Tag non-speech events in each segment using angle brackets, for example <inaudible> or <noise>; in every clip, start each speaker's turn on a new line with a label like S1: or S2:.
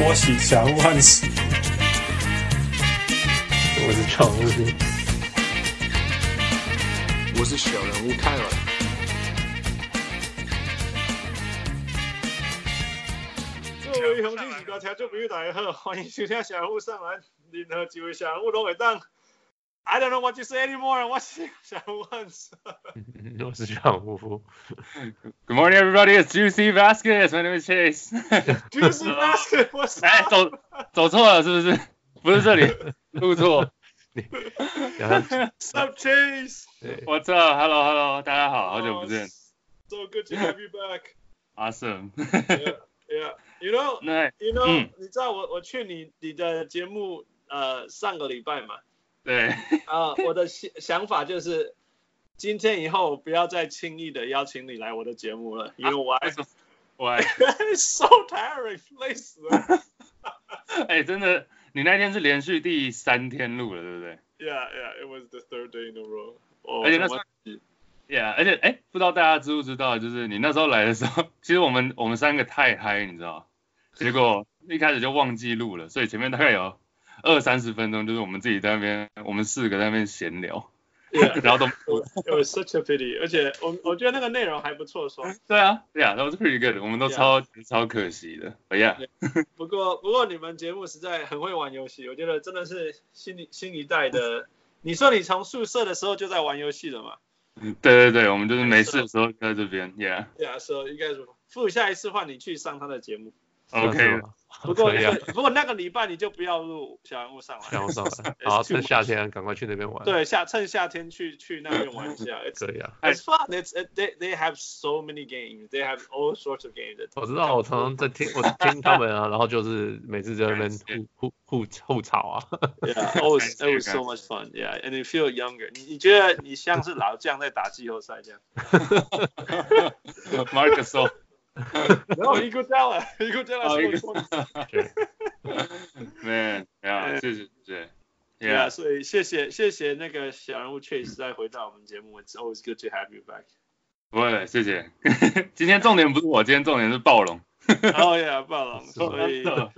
S1: watched each other once.
S2: 我是常务的，
S3: 我是小人物泰尔。
S4: 作为红军自家听众朋友大家好，欢迎收听小人物上篮，任何一位小人物拢会当。I don't know what you say anymore，我是 <laughs> 小人物 Hans。
S2: <laughs> 我是常务。
S5: Good morning, everybody. It's Juicy Vasquez. My name is Chase. <laughs>
S4: 就是那个，我是
S5: 哎，走走错了是不 <laughs> 是？不是这里，录错。
S2: 然后
S4: Sub Chase。Oh,
S2: 对，
S5: 我操，Hello Hello，大家
S4: 哦
S5: 好，好久不见。
S4: So good to have you back.
S5: Awesome。
S4: Yeah, yeah. You know,
S5: 那
S4: you know，、
S5: 嗯
S4: 你知道我我去你你的节目呃上个礼拜嘛，
S5: 对，
S4: 啊、我的想想法就是。今天以后不要再轻易的邀请你来我的节目了，因为我还
S5: 啊为什么？ <laughs> 我
S4: <laughs> so tiring，累死了。
S5: 哎，真的，你那天是连续第三天录了，对不对
S4: Yeah, yeah, it was the third day in a row. Oh, 哦
S5: 而且那时候？Yeah，而且哎，不知道大家知不知道，就是你那时候来的时候， <laughs> 其实我们我们三个太嗨，你知道吗，结果一开始就忘记录了，所以前面大概有二三十分钟，就是我们自己在那边，我们四个在那边闲聊，
S4: yeah,
S5: 然后都
S4: it was such a pity. 而且我我觉得那个内容还不错，说。
S5: 对啊，对啊，that was pretty good，我们都
S4: Yeah.
S5: 超超可惜的。哎呀，
S4: 不过不过你们节目实在很会玩游戏，我觉得真的是新一新一代的。你说你从宿舍的时候就在玩游戏了嘛
S5: 对对对，我们就是
S4: 没
S5: 没
S4: 事
S5: 事的时候在这边，Yeah，OK，、
S4: ？Yeah, so 应该是付下一次换你去上他的节目。 <laughs>
S5: <laughs> OK
S4: 不过
S2: 可以啊，
S4: <laughs> 不过那个礼拜你就不要录小人物上来。
S2: 让我上来，好，趁夏天赶快去那边玩。，
S4: 对，夏趁夏天去去那边玩一下。It's <laughs>
S2: 可以啊。
S4: it's fun. It's it, they they have so many games. They have all sorts of games.
S2: 我知道，我常常在听，我听他们啊，然后就是每次在那边互互互互吵啊。
S5: <laughs>
S4: Yeah, always,
S5: Thank you,
S4: always so
S5: guys.
S4: much fun. Yeah, and you feel younger. 你你觉得你像是老将在打季后赛
S5: <laughs>
S4: 这样？
S5: m a r c u s
S4: 然后 Eagle Della, Eagle Della
S5: 哦
S4: scored
S5: ，Eagle-
S4: twenty.
S5: <laughs> Man，Yeah，谢谢谢谢
S4: Yeah，
S5: ，Yeah，
S4: 所以谢谢谢谢那个小人物 Chase 再回到我们节目。It's always good to have you back.
S5: 不会，谢谢。 <laughs> 今天重点不是我，今天重点是暴龙。
S4: Oh yeah，暴龙。所 <laughs> 以
S5: 哦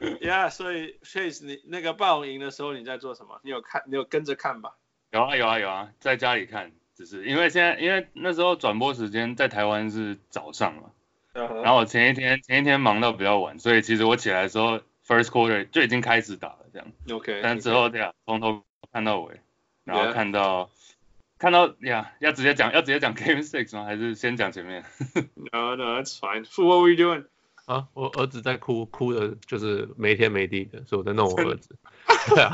S4: Yeah，所以 Chase 你那个暴龙赢的时候你在做什么？你有看？你有跟着看吧？
S5: 有啊有啊有啊，在家里看，只是因为现在因为那时候转播时间在台湾是早上嘛，然
S4: 然
S5: 后我前一天前一天忙到比较晚，所以其实我起来的时候 first quarter 就已经开始打了这样。
S4: OK，
S5: 但之后对啊，从头看到尾，然
S4: Yeah.
S5: 后看到看到呀，要直接讲要直接讲 Game Six 吗？还是先讲前面？ <laughs>
S4: No, no, that's fine. Fu, what were you doing?
S2: 啊，我儿子在哭，哭的就是没天没地的，所以我在弄我儿子。对啊，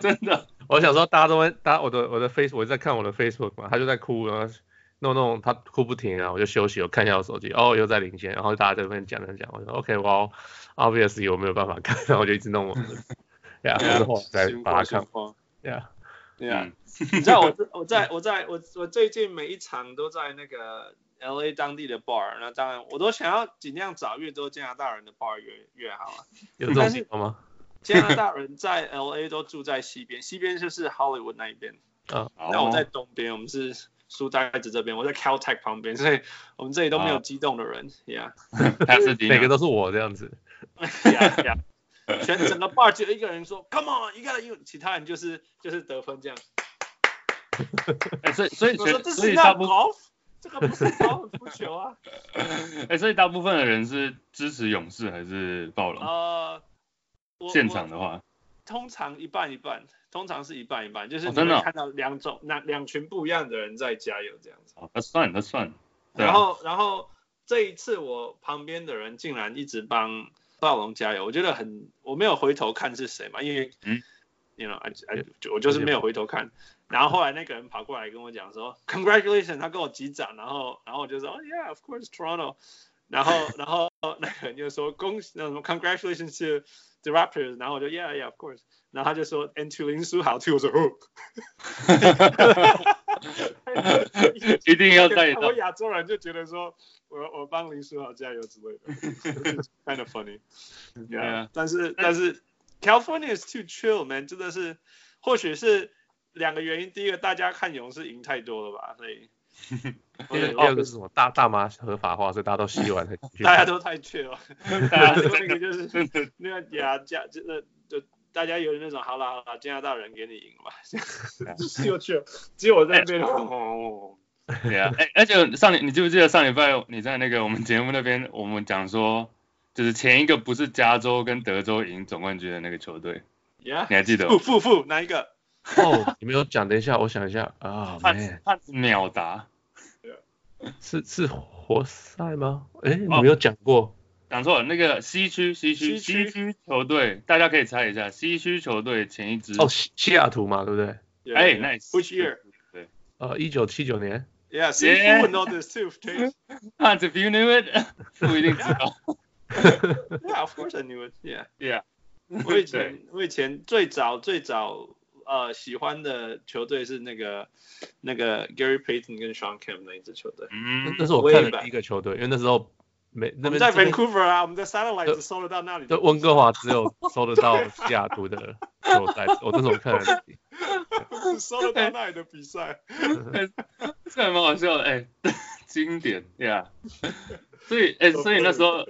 S5: 真的
S2: 我想说大家都在，大家我的我的 Face 我在看我的 Facebook 嘛，他就在哭，然后弄弄他哭不停啊，我就休息，我看一下我手机，哦又在领先，然后大家在那边讲讲讲，我说 OK，哇、o b v i o u s l y 我没有办法看，然后我就一直弄我
S4: <laughs>
S2: 的，啊呀，
S4: 啊
S2: 然后后来才
S4: 情
S2: 把它
S4: 况
S2: 看啊
S4: 情，况
S2: 呀，
S4: Yeah，
S5: 嗯
S4: 啊你知道我我在我在我我最近每一场都在那个 L A 当地的 bar，那当然我都想要尽量找越多加拿大人的 bar 越越好啊。
S2: 有这种地方吗？
S4: 加拿大人在 L A 都住在西边，西边就是 Hollywood 那一边，
S5: 好
S4: 那我在东边，我们是苏呆子这边，我在 Caltech 旁边，所以我们这里都没
S5: 啊
S4: 有激动的人、y e
S5: <laughs>
S4: a h
S5: 他是
S2: 每个都是我这样子，
S4: Yeah, yeah. <laughs> 全整个 bar 只有一个人说 Come on, you gotta you，其他人就是就是得分这样。
S5: 哎，所以所以
S4: 我说
S5: 全
S4: 这
S5: 所
S4: 是
S5: 以
S4: 那
S5: 大部
S4: golf，这个不是 golf 足球啊。
S5: 哎，所以大部分的人是支持勇士还是暴龙？
S4: 呃，我
S5: 现场
S4: 我
S5: 的话，
S4: 通常一半一半，通常是一半一半，就是
S5: 哦
S4: 你
S5: 真的
S4: 会
S5: 哦
S4: 看到两种、两两群不一样的人在加油这样子。
S5: 那算那算，对啊
S4: 然后，然后这一次我旁边的人竟然一直帮暴龙加油，我觉得很，我没有回头看是谁嘛，因为
S5: 嗯。
S4: You know, I, I, 就我就是没有回头看，然后后来那个人跑过来跟我讲说，Congratulations，他跟我击掌，然后然后我就说、oh, Yeah, of course, Toronto，然后 <laughs> 然后那个人就说恭喜那什么 Congratulations to the Raptors，然后我就 Yeah, yeah, of course，然后他就说 And to 林书豪 <laughs> too，我说 Oh，
S5: <laughs> <laughs> 一定要带到
S4: 我。亚洲人就觉得说我我帮林书豪加油之类的，kind of funny。
S5: Yeah
S4: 但是但是 California is too chill man，真的是或许是两个原因，第一个大家看勇士赢太多了吧，所以
S2: 因为第二个是什么大大麻合法化，所以大家都吸完才去。
S4: <laughs> 大家都太缺了，
S5: 大家
S4: 另外
S5: 真
S4: 一
S5: 的
S4: 个就是
S5: 真的
S4: 那个呀，加真的就大家有那种好啦好啦，加拿大人给你赢吧，就是有趣了，只有我在那边。哦
S5: 对啊，哎、而且上礼你记不记得上礼拜你在那个我们节目那边，我们讲说，就是前一个不是加州跟德州赢总冠军的那个球队，
S4: 呀，
S5: 你
S4: <laughs>
S5: 还记得吗
S4: 负？负负哪一个？
S2: 哦，你没有讲，等一下，我想一下啊
S5: 汉
S2: ，man，
S5: 斯汉斯秒答，
S2: 是是活塞吗？哎，你
S5: 哦
S2: 没有讲过，
S5: 讲错了，那个西区西区
S4: 西区
S5: 西区球队，大家可以猜一下，西区球队前一支
S2: 哦，西西雅图嘛，对不对？
S5: 哎，nice
S4: Which year？
S2: 呃，一九七九年，
S4: Yeah, see,
S5: Yeah.
S4: you would know this too, <laughs> Dave.
S5: Hans if you knew it，不一定
S2: <laughs>
S5: 知道。
S4: Yeah, of course I knew it. Yeah,
S5: Yeah.
S4: <laughs> 我以前我以前最早最早呃喜欢的球队是那个那个 Gary Payton 跟 Sean Kemp 那一支球队。
S2: 那
S5: 嗯，
S2: 那是我看
S4: way
S2: 的
S4: back
S2: 第一个球队，因为那时候没
S4: 我
S2: 那
S4: 们
S2: 边
S4: 在
S2: 这边
S4: Vancouver 啊，我们在 Satellite
S2: 对
S5: 呃
S4: 只收得到那里
S2: 对，
S4: 的。
S2: 温
S4: <laughs>
S2: 哥华只有收得到西雅图的球
S4: <laughs>
S2: 赛，我那时候看了，
S4: 只收得到那里的比赛。
S5: 这还蛮好笑的，哎、 <laughs> 经典，Yeah。所以，
S4: <laughs>
S5: 哎、所以那时候，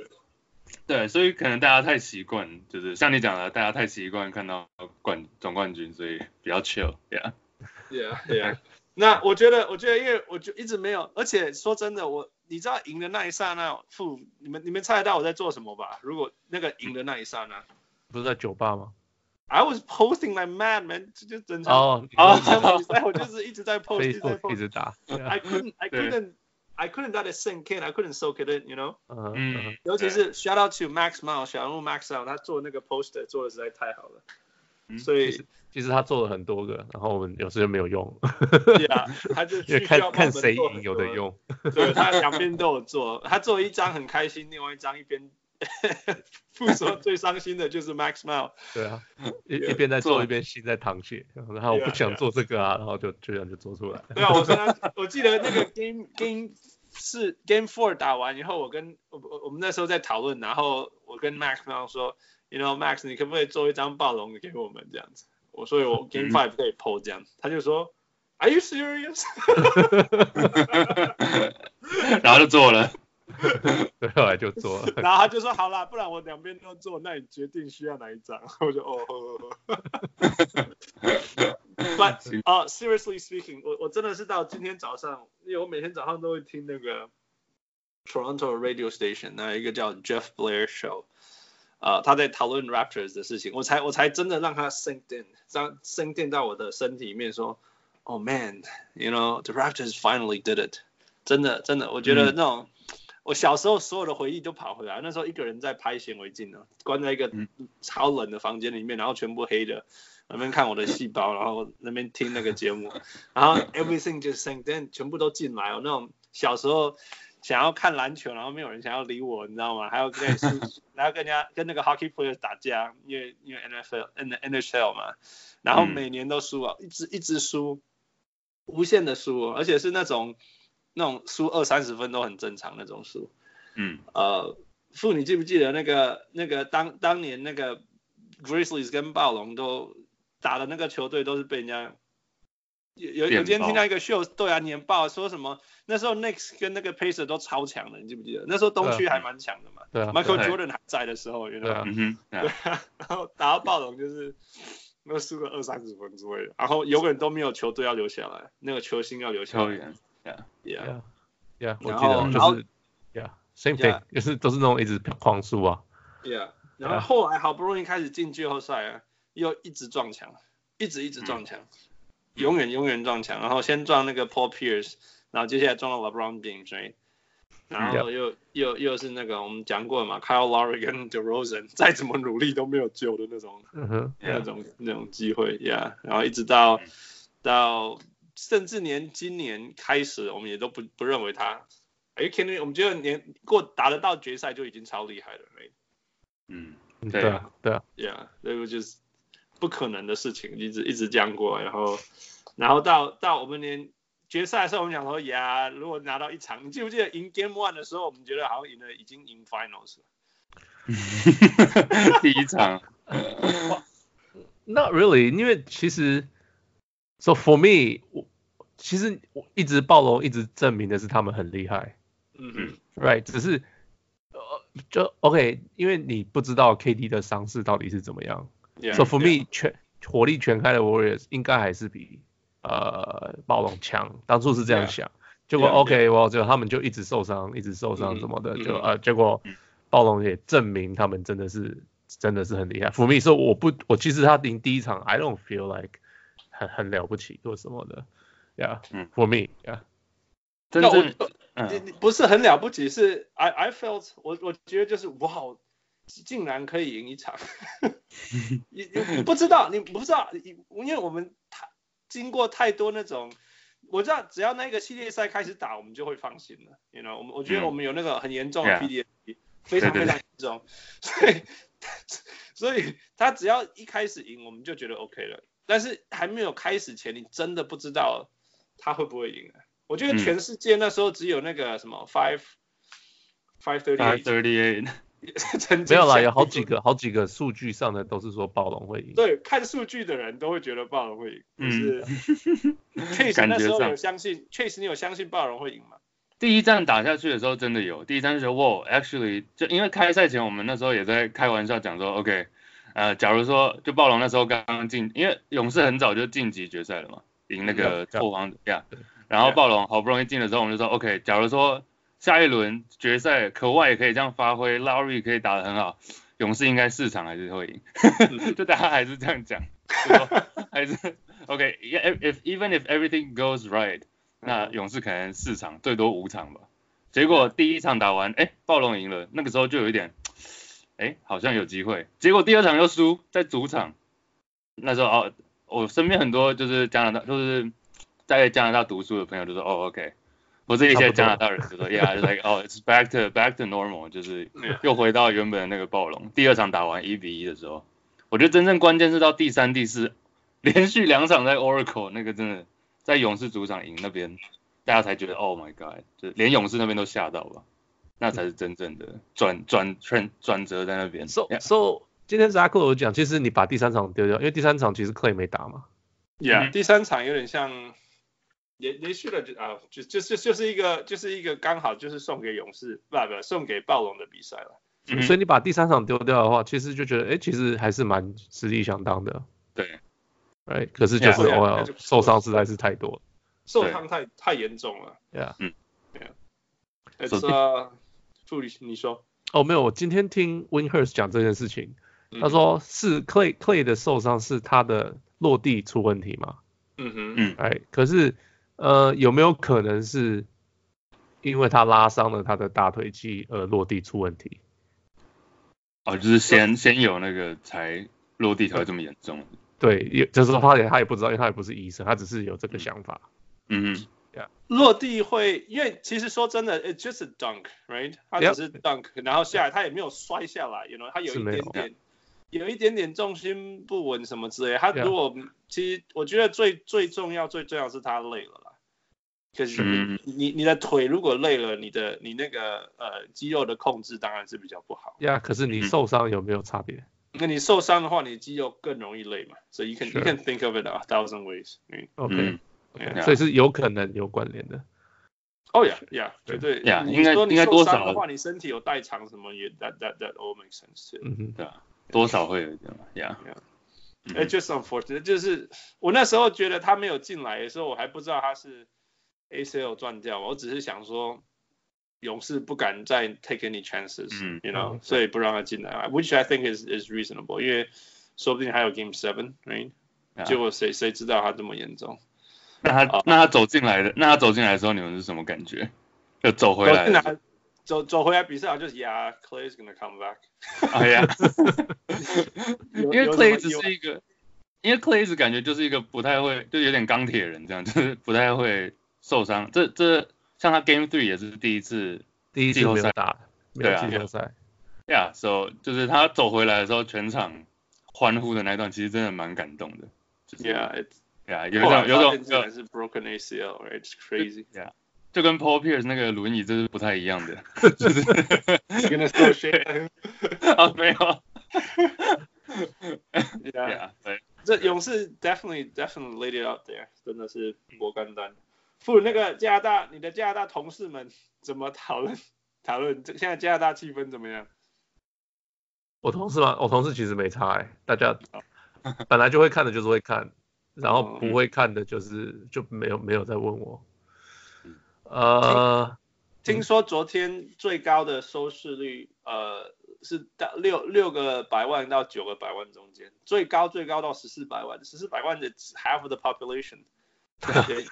S5: 对，所以可能大家太习惯，就是像你讲的，大家太习惯看到冠总冠军，所以比较啊 chill，Yeah。
S4: Yeah, yeah. 那我觉得，我觉得，因为我就一直没有，而且说真的，我你知道赢的那一刹那，负你们你们猜得到我在做什么吧？如果那个赢的那一刹那
S2: 不是在酒吧吗？
S4: ，I was posting like mad man，就就整场
S2: 哦，
S5: 哦
S4: 整场比赛我就是一直在 post，一直在嗯
S2: Facebook 一
S4: post。
S2: 直打，对啊
S4: I couldn't, I
S5: 对
S4: couldn't, I couldn't let it sink in, I couldn't soak it in, you know。
S2: 嗯
S5: 嗯
S2: 嗯，
S4: 尤其是 shout out to Max Mao，小人物 Max Mao，他做那个 poster 做的实在太好了，
S5: 嗯
S4: 所以
S2: 其实其实他做了很多个，然后我们有时就没有用，
S4: 对啊，他就
S2: 因为
S4: 需
S2: 看
S4: 要帮
S2: 看
S4: 我们
S2: 谁
S4: 做很
S2: 赢有的
S4: 多，
S2: 用，
S4: 对他两边都有做，他做一张很开心，另外一张一边不说最伤心的就是 Max Mao，
S2: 对
S4: <laughs>
S2: 啊，一一边在
S5: 做
S2: 做一边心在淌血，然后我不
S4: Yeah，
S2: 想
S4: yeah
S2: 做这个啊，然后就就这样就做出来，
S4: 对啊，我跟他， <laughs> 我记得那个 game game 是 game four 打完以后，我跟我我我们那时候在讨论，然后我跟 Max 然后说，you know Max，你可不可以做一张暴龙给我们这样子？我所以我 game five 可以 PO 这样，他就说，Are you serious？
S5: 然后就做了，
S2: 对，后来就做
S4: <laughs>
S2: 了，
S4: 然后他就说好啦，不然我两边都做，那你决定需要哪一张？ <laughs> 我就哦。哦哦 <laughs> But 啊、s e r i o u s l y speaking，我我真的是到今天早上，因为我每天早上都会听那个 Toronto radio station，那一个叫 Jeff Blair show，啊、他在讨论 Raptors 的事情，我才我才真的让他 sink in，让 sink in 到我的身体里面说，Oh man，you know，the Raptors finally did it，真的真的，我觉得
S5: 嗯
S4: 那种。我小时候所有的回忆都跑回来。那时候一个人在拍显微镜呢，关在一个
S5: 嗯
S4: 超冷的房间里面，然后全部黑的，那边看我的细胞，然后那边听那个节目， <laughs> 然后 everything just sank in，全部都进来。哦我那种小时候想要看篮球，然后没有人想要理我，你知道吗？还要跟人家 <laughs> 还要跟人家跟那个 hockey player 打架，因为因为 NFL N NHL 嘛，然后
S5: 嗯
S4: 每年都输啊，一直一直输，无限的输哦，而且是那种。那种输二三十分都很正常那种输，
S5: 嗯，
S4: 呃，傅，你记不记得那个那个当当年那个 Grizzlies 跟暴龙都打的那个球队都是被人家有有有今天
S5: 电爆
S4: 听到一个秀，对啊，年报说什么那时候 Knicks 跟那个 Pacer 都超强的，你记不记得？那时候东区
S2: 对
S4: 还蛮强的嘛、
S2: 对啊
S4: m i，c h a e
S5: 对
S4: l Jordan 还在的时候，原
S2: 对
S4: 来
S2: 啊，
S5: 嗯哼，啊
S4: <laughs> 然后打到暴龙就是那输个二三十分之类的，然后永远都没有球队要留下来，那个球星要留下
S2: 哦
S5: 球
S4: 来
S5: 员，
S4: ，Yeah。
S2: 呀，我
S4: 然
S2: 记
S4: 后
S2: 得
S4: 然后
S2: 就是呀，same
S4: Yeah
S2: thing，就是都是那种一直狂输啊，
S4: Yeah，然后后来好不容易开始进季后赛啊，又一直撞墙，一直一直撞墙，永远永远撞墙，然后先撞那个 Paul Pierce，然后接下来撞到 LeBron James，、right? 然后又又又是那个我们讲过嘛，Kyle Lowry 跟 DeRozan <laughs> 再怎么努力都没有救的那种
S2: 嗯哼，
S4: 那
S5: Yeah
S4: 种那种机会，Yeah，然后一直到到甚至连今年开始，我们也都不不认为他。哎 k e n n y 我们觉得连过打得到决赛就已经超厉害了，right？
S5: 嗯， <laughs>
S2: 嗯
S5: 对
S2: 对啊，对啊，
S4: Yeah，那个就是不可能的事情，一直一直这样过来，然后然后到到我们连决赛的时候，我们想说呀，如果拿到一场，你记不记得赢 Game One 的时候，我们觉得好像赢了，已经赢 Finals 了。
S5: 第一场，
S2: Not really，因为其实，so for me，我其实我一直暴龙一直证明的是他们很厉害
S4: 嗯哼，
S2: ，right？只是呃，就 OK，因为你不知道 KD 的伤势到底是怎么样。
S4: Yeah,
S2: So for me，全火力全开的 Warriors 应该还是比呃暴龙强，当初是这样
S4: Yeah.
S2: 想。结果
S4: Yeah,
S2: OK，我就他们就一直受伤，一直受伤
S4: 嗯
S2: 什么的，
S4: 嗯
S2: 就呃，结果暴龙也证明他们真的是真的是很厉害。For me，说我不，我其实他赢第一场，I don't feel like 很很了不起或什么的，Yeah，
S5: 嗯
S2: f o r me，Yeah，
S5: 真
S4: 那我
S5: 正
S4: 你
S5: 嗯
S4: 你不是很了不起，是 I I felt 我我觉得就是哇，哦竟然可以赢一
S5: <laughs>
S4: 场，你你不知道你不知道，因为我们太经过太多那种，我知道只要那个系列赛开始打，我们就会放心了，you know，我们我觉得
S5: 嗯
S4: 我们有那个很严重的
S5: Yeah
S4: PDSD，、非常
S5: 对
S4: 非
S5: 对
S4: 常严重，所以 <laughs> 所以他只要一开始赢，我们就觉得 OK 了，但是还没有开始前，你真的不知道他会不会赢、啊。我觉得
S5: 嗯
S4: 全世界那时候只有那个什么 five five
S5: five
S4: thirty
S5: thirty eight，
S4: 曾
S2: <laughs>
S4: 经
S2: 没有啦，
S4: 想
S2: 有好几个好几个数据上的都是说暴龙会赢。
S4: 对看数据的人都会觉得暴龙会赢，就
S5: 嗯
S2: <laughs>
S4: 是 Chase
S5: 感
S4: 那
S5: 觉
S4: 时候
S5: 上
S4: 有相信 Chase 你有相信暴龙会赢吗？
S5: 第一站打下去的时候真的有，第一站就觉得哇，actually 就因为开赛前我们那时候也在开玩笑讲说，OK，呃，假如说就暴龙那时候刚刚进，因为勇士很早就晋级决赛了嘛，赢那个
S2: 对
S5: 拓荒者呀，然后暴龙好不容易进的时候，我们就说 OK，假如说下一轮决赛可外也可以这样发挥，Lowry 可以打得很好，勇士应该四场还是会赢， <laughs> 就大家还是这样讲，就说还是 OK，if、even if everything goes right。那勇士可能四场最多五场吧。结果第一场打完，哎、暴龙赢了，那个时候就有一点，哎、好像有机会。结果第二场又输，在主场。那时候哦，我身边很多就是加拿大，就是在加拿大读书的朋友就说，哦，OK，我这一些加拿大人就说，Yeah，like 哦、i t s back to back to normal，就是
S4: Yeah.
S5: 又回到原本的那个暴龙。第二场打完一比一的时候，我觉得真正关键是到第三、第四， <laughs> 连续两场在 Oracle 那个真的在勇士主场赢那边，大家才觉得 Oh my God，就是连勇士那边都吓到了，那才是真正的转转转转折在那边。
S2: So
S5: Yeah.
S2: so 今天扎克有讲，其实你把第三场丢掉，因为第三场其实 Clay 没打嘛。
S5: Yeah
S4: 第三场有点像连连续了就啊，就就就就是一个就是一个刚好就是送给勇士，不不送给暴龙的比赛了。
S5: 嗯
S2: 所以你把第三场丢掉的话，其实就觉得，哎、其实还是蛮实力相当的，
S5: 对，啊
S2: 哎，可是就是
S4: Yeah, yeah,
S2: 偶
S4: 那
S2: 尔
S4: 就
S2: 受伤实在是太多
S4: 受伤太太严重了。
S2: 了，Yeah。
S4: It's
S5: 手
S4: uh, 助理，你说？
S2: 哦，没有，我今天听 Winhurst 讲这件事情，
S4: 嗯
S2: 他，说是 Clay Clay 的受伤是他的落地出问题嘛，
S4: 嗯哼，
S5: 嗯
S2: 哎，可是呃有没有可能是因为他拉伤了他的大腿肌而落地出问题？
S5: 哦，就是先先有那个才落地才会这么严重。
S2: 对，也就是说他也他也不知道，因为他也不是医生，他只是有这个想法。
S5: 嗯哼，
S4: 落地会，因为其实说真的，it's just a dunk，right？他只
S2: Yep
S4: 是 dunk，然后下来他也没有摔下来，you know，他有
S2: 是
S4: 一
S2: 没有
S4: 点点，有一点点重心不稳什么之类的。他
S2: Yeah
S4: 如果其实我觉得最最重要最重要是他累了啦，可是你
S5: 嗯
S4: 你你的腿如果累了，你的你那个呃肌肉的控制当然是比较不好。
S2: 呀可是你
S5: 嗯
S2: 受伤有没有差别？
S4: 那你受伤的话，你肌肉更容易累嘛，so you can you
S2: Sure
S4: can think of it a thousand ways，嗯
S2: OK，、
S5: 嗯
S4: Yeah
S2: 所以是有可能有关联的。
S4: 哦呀呀，绝
S2: 对
S4: 对
S5: Yeah，
S4: 你
S5: 应该
S4: 说你
S5: 应该
S4: 受
S5: 多
S4: 伤
S5: 少
S4: 的话，你身体有代偿什么也，that that that all makes sense too。
S2: 嗯哼，
S5: 对啊，多少会有一点嘛，Yeah。嗯
S4: It's just unfortunate，就是我那时候觉得他没有进来的时候，我还不知道他是 ACL 断掉嘛，我只是想说勇士不敢再 take any chances，you
S5: 嗯
S4: know，
S2: 嗯
S4: 所以不让他进来，which I think is is reasonable，因为说不定还有 Game Seven，right？
S5: Yeah
S4: 结果谁谁知道他这么严重？
S5: 那他那他走进来的，那他走进来的时候，你们是什么感觉？就走回来
S4: 走进
S5: 的时候，
S4: 来，走走回来比赛，我就是 Yeah，Clay's gonna come back。
S5: <laughs> 哎呀，
S4: 因
S5: 因为 Clay 只是一个，因为 Clay 只感觉就是一个不太会，就有点钢铁人这样，就是不太会受伤。这这像他 Game Three 也是第一次
S2: 第一次
S5: 季后
S2: 没有
S5: 赛
S2: 打，没有
S5: 对啊
S2: 季后赛。
S5: ，Yeah，so 就是他走回来的时候，全场欢呼的那一段，其实真的蛮感动的。就是、
S4: Yeah，
S5: Yeah，有
S4: 后来
S5: 种有
S4: 发
S5: 种
S4: 现竟然是 oh，broken ACL，right？It's
S5: <laughs>
S4: crazy。
S5: 就跟 Paul Pierce 那个轮椅这是不太一样
S4: <laughs>
S5: 的。
S4: You're gonna still <laughs> shake him.
S5: <laughs> 啊，没
S4: <laughs>
S5: 有
S4: Yeah，
S5: ，Yeah，对，
S4: 这勇士 definitely definitely laid it out there，真的是博干单。不，那个加拿大，你的加拿大同事们怎么讨论讨论？这现在加拿大气氛怎么样？
S2: 我同事嘛，我同事其实没差、欸，大家本来就会看的，就是会看，然后不会看的，就是就没有没有再问我。呃， <laughs>
S4: 听说昨天最高的收视率，呃，是到六六个百万到九个百万中间，最高最高到十四百万，十四百万的 half the
S5: <laughs>
S4: population。对，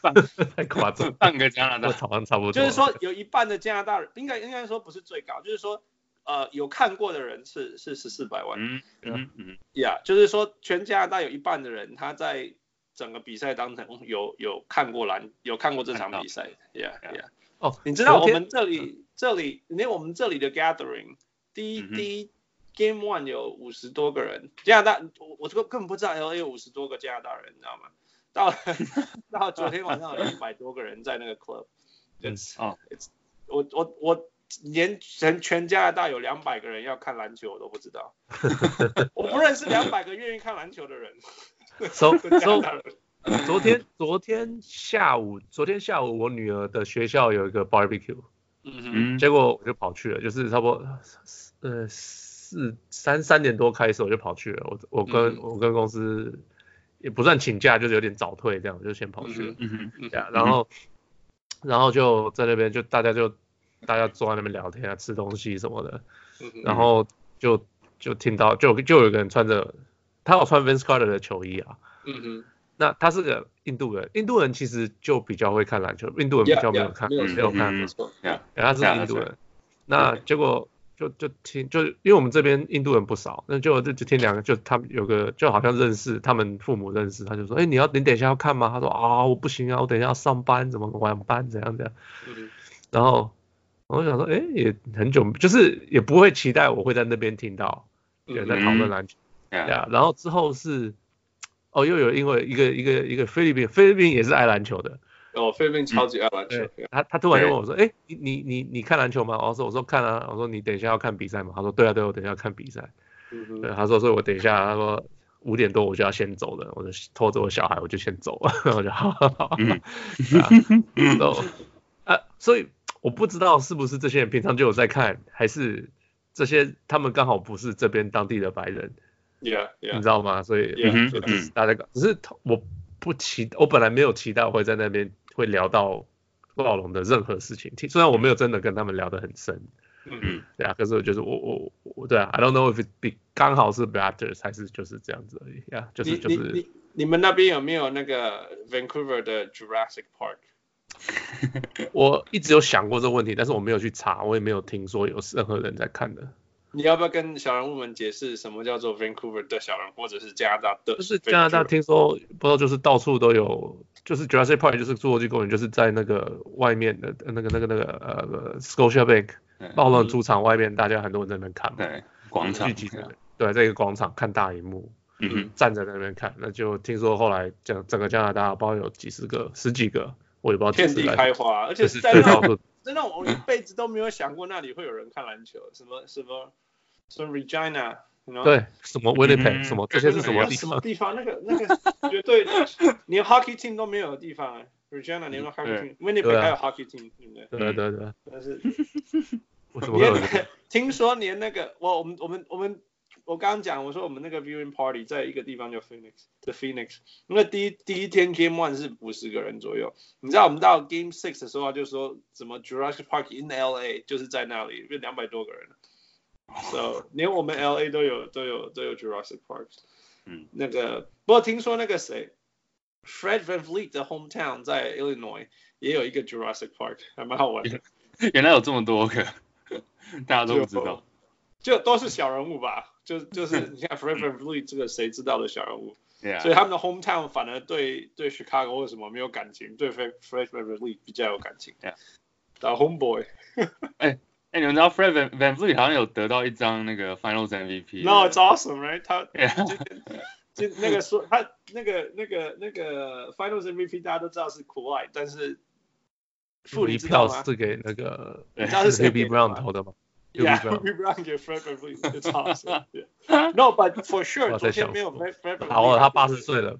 S2: 太夸张，
S5: 半个加拿
S2: 我
S5: 大，
S2: 好像差不多。
S4: 就是说，有一半的加拿大人，应该应该说不是最高，就是说，呃，有看过的人是是十四百万
S5: 嗯嗯嗯，
S4: ，Yeah，就是说全加拿大有一半的人他在整个比赛当中有有看过篮，有看过这场比赛，Yeah
S5: Yeah
S4: Yeah。
S2: 哦，
S4: 你知道我
S2: 昨天
S4: 们这里这里，你看我们这里的 gathering，第一
S5: 嗯哼
S4: 第一 game one 有五十多个人，加拿大我我这个根本不知道 LA 有五十多个加拿大人，你知道吗？到了到昨天晚上有一百多个人在那个 club，
S2: 嗯
S4: It's-
S5: 哦
S4: it's- 我我我连全全加拿大有两百个人要看篮球我都不知道，我不认识两百个愿意看篮球的人，
S2: so
S4: 加
S2: so
S4: 拿大人
S2: 昨天昨天下午，昨天下午我女儿的学校有一个 barbecue，
S4: 嗯哼
S5: 嗯，
S2: 结果我就跑去了，就是差不多呃四三三点多开始我就跑去了，我我跟、
S4: 嗯
S2: 我跟公司也不算请假，就是有点早退这样，我就先跑去了。
S5: 嗯
S4: <laughs>
S5: 哼，
S4: 嗯哼
S2: 然后然后就在那边就大家就大家坐在那边聊天啊，吃东西什么的，
S4: 嗯哼
S2: 然后就就听到就就有一个人穿着他有穿 Vince Carter 的球衣啊，
S4: 嗯哼。
S2: 那他是个印度人，印度人其实就比较会看篮球，印度人比较没有看
S4: Yeah, yeah，
S2: 没有看
S5: 嗯
S4: 没错，
S2: 然后他是印度人。那结果就就听，就因为我们这边印度人不少，那就就就听两个，就他们有个就好像认识，他们父母认识，他就说，哎、你要你等一下要看吗？他说啊，我不行啊，我等一下要上班，怎么晚班怎样怎样。
S4: 嗯
S2: 然后我就想说，哎、也很久，就是也不会期待我会在那边听到有人在
S4: 嗯
S2: 讨论篮球。对
S5: 呀，
S2: 啊，然后之后是，哦，又有因为一个一个一个菲律宾，菲律宾也是爱篮球的，
S4: 哦，菲律宾超级爱篮球
S2: 嗯对，他他突然就问我说，哎，你你你你看篮球吗？我说我说看啊，我说你等一下要看比赛吗？他说对啊对啊，我等一下要看比赛。
S4: 嗯
S2: 对，
S4: 哼，
S2: 他说所以我等一下，他说五点多我就要先走了，我就拖着我小孩我就先走了， <laughs> 然后我就好好好，
S5: 嗯
S2: <laughs> 对啊，然后啊，所以我不知道是不是这些人平常就有在看，还是这些他们刚好不是这边当地的白人。
S4: ，Yeah
S2: 你
S4: Yeah，
S2: 知道吗？所以
S4: 啊 Yeah,
S2: 就
S5: yeah.
S2: 是大家搞，只是我不期，我本来没有期待会在那边会聊到暴龙的任何事情。听虽然我没有真的跟他们聊得很深，
S4: 嗯
S2: 对啊，可是我就是我我我对啊，I don't know if it be 刚好是 Raptors 还是就是这样子而已呀、yeah, 就
S4: 你
S2: 是就
S4: 你
S2: 是
S4: 你你们那边有没有那个 Vancouver 的 Jurassic Park？
S2: 我一直有想过这个问题，但是我没有去查，我也没有听说有任何人在看的，
S4: 你要不要跟小人物们解释什么叫做 Vancouver 的小人，或者是加拿大的？
S2: 就是加拿大听说不知道就是到处都有。就是 Jurassic Park，就是侏罗纪公园，就是在那个外面的那个、那个、那个呃 Scotia Bank 暴
S4: 嗯
S2: 乱主场外面，大家很多人在那边看嘛，
S5: 嗯对，广场
S2: 聚，集在那边对，在一个广场看大荧幕，
S5: 嗯哼，
S2: 站在那边看，那就听说后来整整个加拿大，包括有几十个、十几个，我也不知道几
S4: 遍
S2: 十
S4: 地
S2: 个，
S4: 开花，而且
S2: 就是
S4: 是在那
S2: 到
S4: 种
S2: 处
S4: 真的我一辈子都没有想过那里会有人看篮球，什么什么什么 Regina，你知道吗？
S2: 对什么 Winnipeg
S5: 嗯
S2: 什么这些是什么
S4: 那
S2: 地
S4: 什么
S2: 方？
S4: 嗯地方？那个那个绝对连 hockey team 都没有的地方哎、r e g i n a 连个 hockey
S5: 对
S4: team，温尼
S2: 对
S4: 培
S2: 啊
S4: 还有 hockey team，对不对？
S2: 对对对，
S4: 但是
S2: 为什么会有
S4: 连
S2: 这个？
S4: <laughs> 听说连那个我我们我们我们我刚刚讲我说我们那个 viewing party 在一个地方叫 Phoenix，The Phoenix，那第一第一天 Game One 是五十个人左右，你知道我们到 Game Six 的时候他就说怎么 Jurassic Park in LA 就是在那里，有两百多个人。So 连我们 LA 都有都有都有 Jurassic Park。
S5: 嗯，
S4: 那个不过听说那个谁，Fred Van Vliet 的 hometown 在 Illinois 也有一个 Jurassic Park，还蛮好玩的。
S5: 原来有这么多个， <laughs> 大家都不知道，
S4: 就，就都是小人物吧，
S2: <laughs>
S4: 就就是你看 Fred Van Vliet 这个谁知道的小人物，
S5: 对呀
S4: 所，以他们的 hometown 反而对对 Chicago 或者什么没有感情，对 Fred Fred Van Vliet 比较有感情
S5: Yeah.。
S4: 打 homeboy，
S5: 哎，你们知道 Fred Van Van Vliet 好像有得到一张那个 Finals MVP，
S4: 那 it's awesome，right？他
S2: <laughs>
S5: Yeah
S4: 就那个说他那个那个那个 Finals MVP 大家都知道是苦爱，但是傅
S2: 一
S4: 里知道
S2: 票 <laughs>
S4: 吗
S2: 是给那个
S5: 对
S4: 你知道是谁
S2: Hubie
S4: 给的吗
S2: Brown 投的吗
S4: <laughs> Yeah,
S2: Hubie Brown
S4: Hubie Brown 给 Fred Van
S2: <laughs>
S4: Vliet，it's awesome. Yeah. No, but for sure，
S2: 我
S4: 昨
S2: 在
S4: 天
S2: 想啊
S4: 没有 Fred Fred Van Vliet。
S2: 好，他八十岁了，哦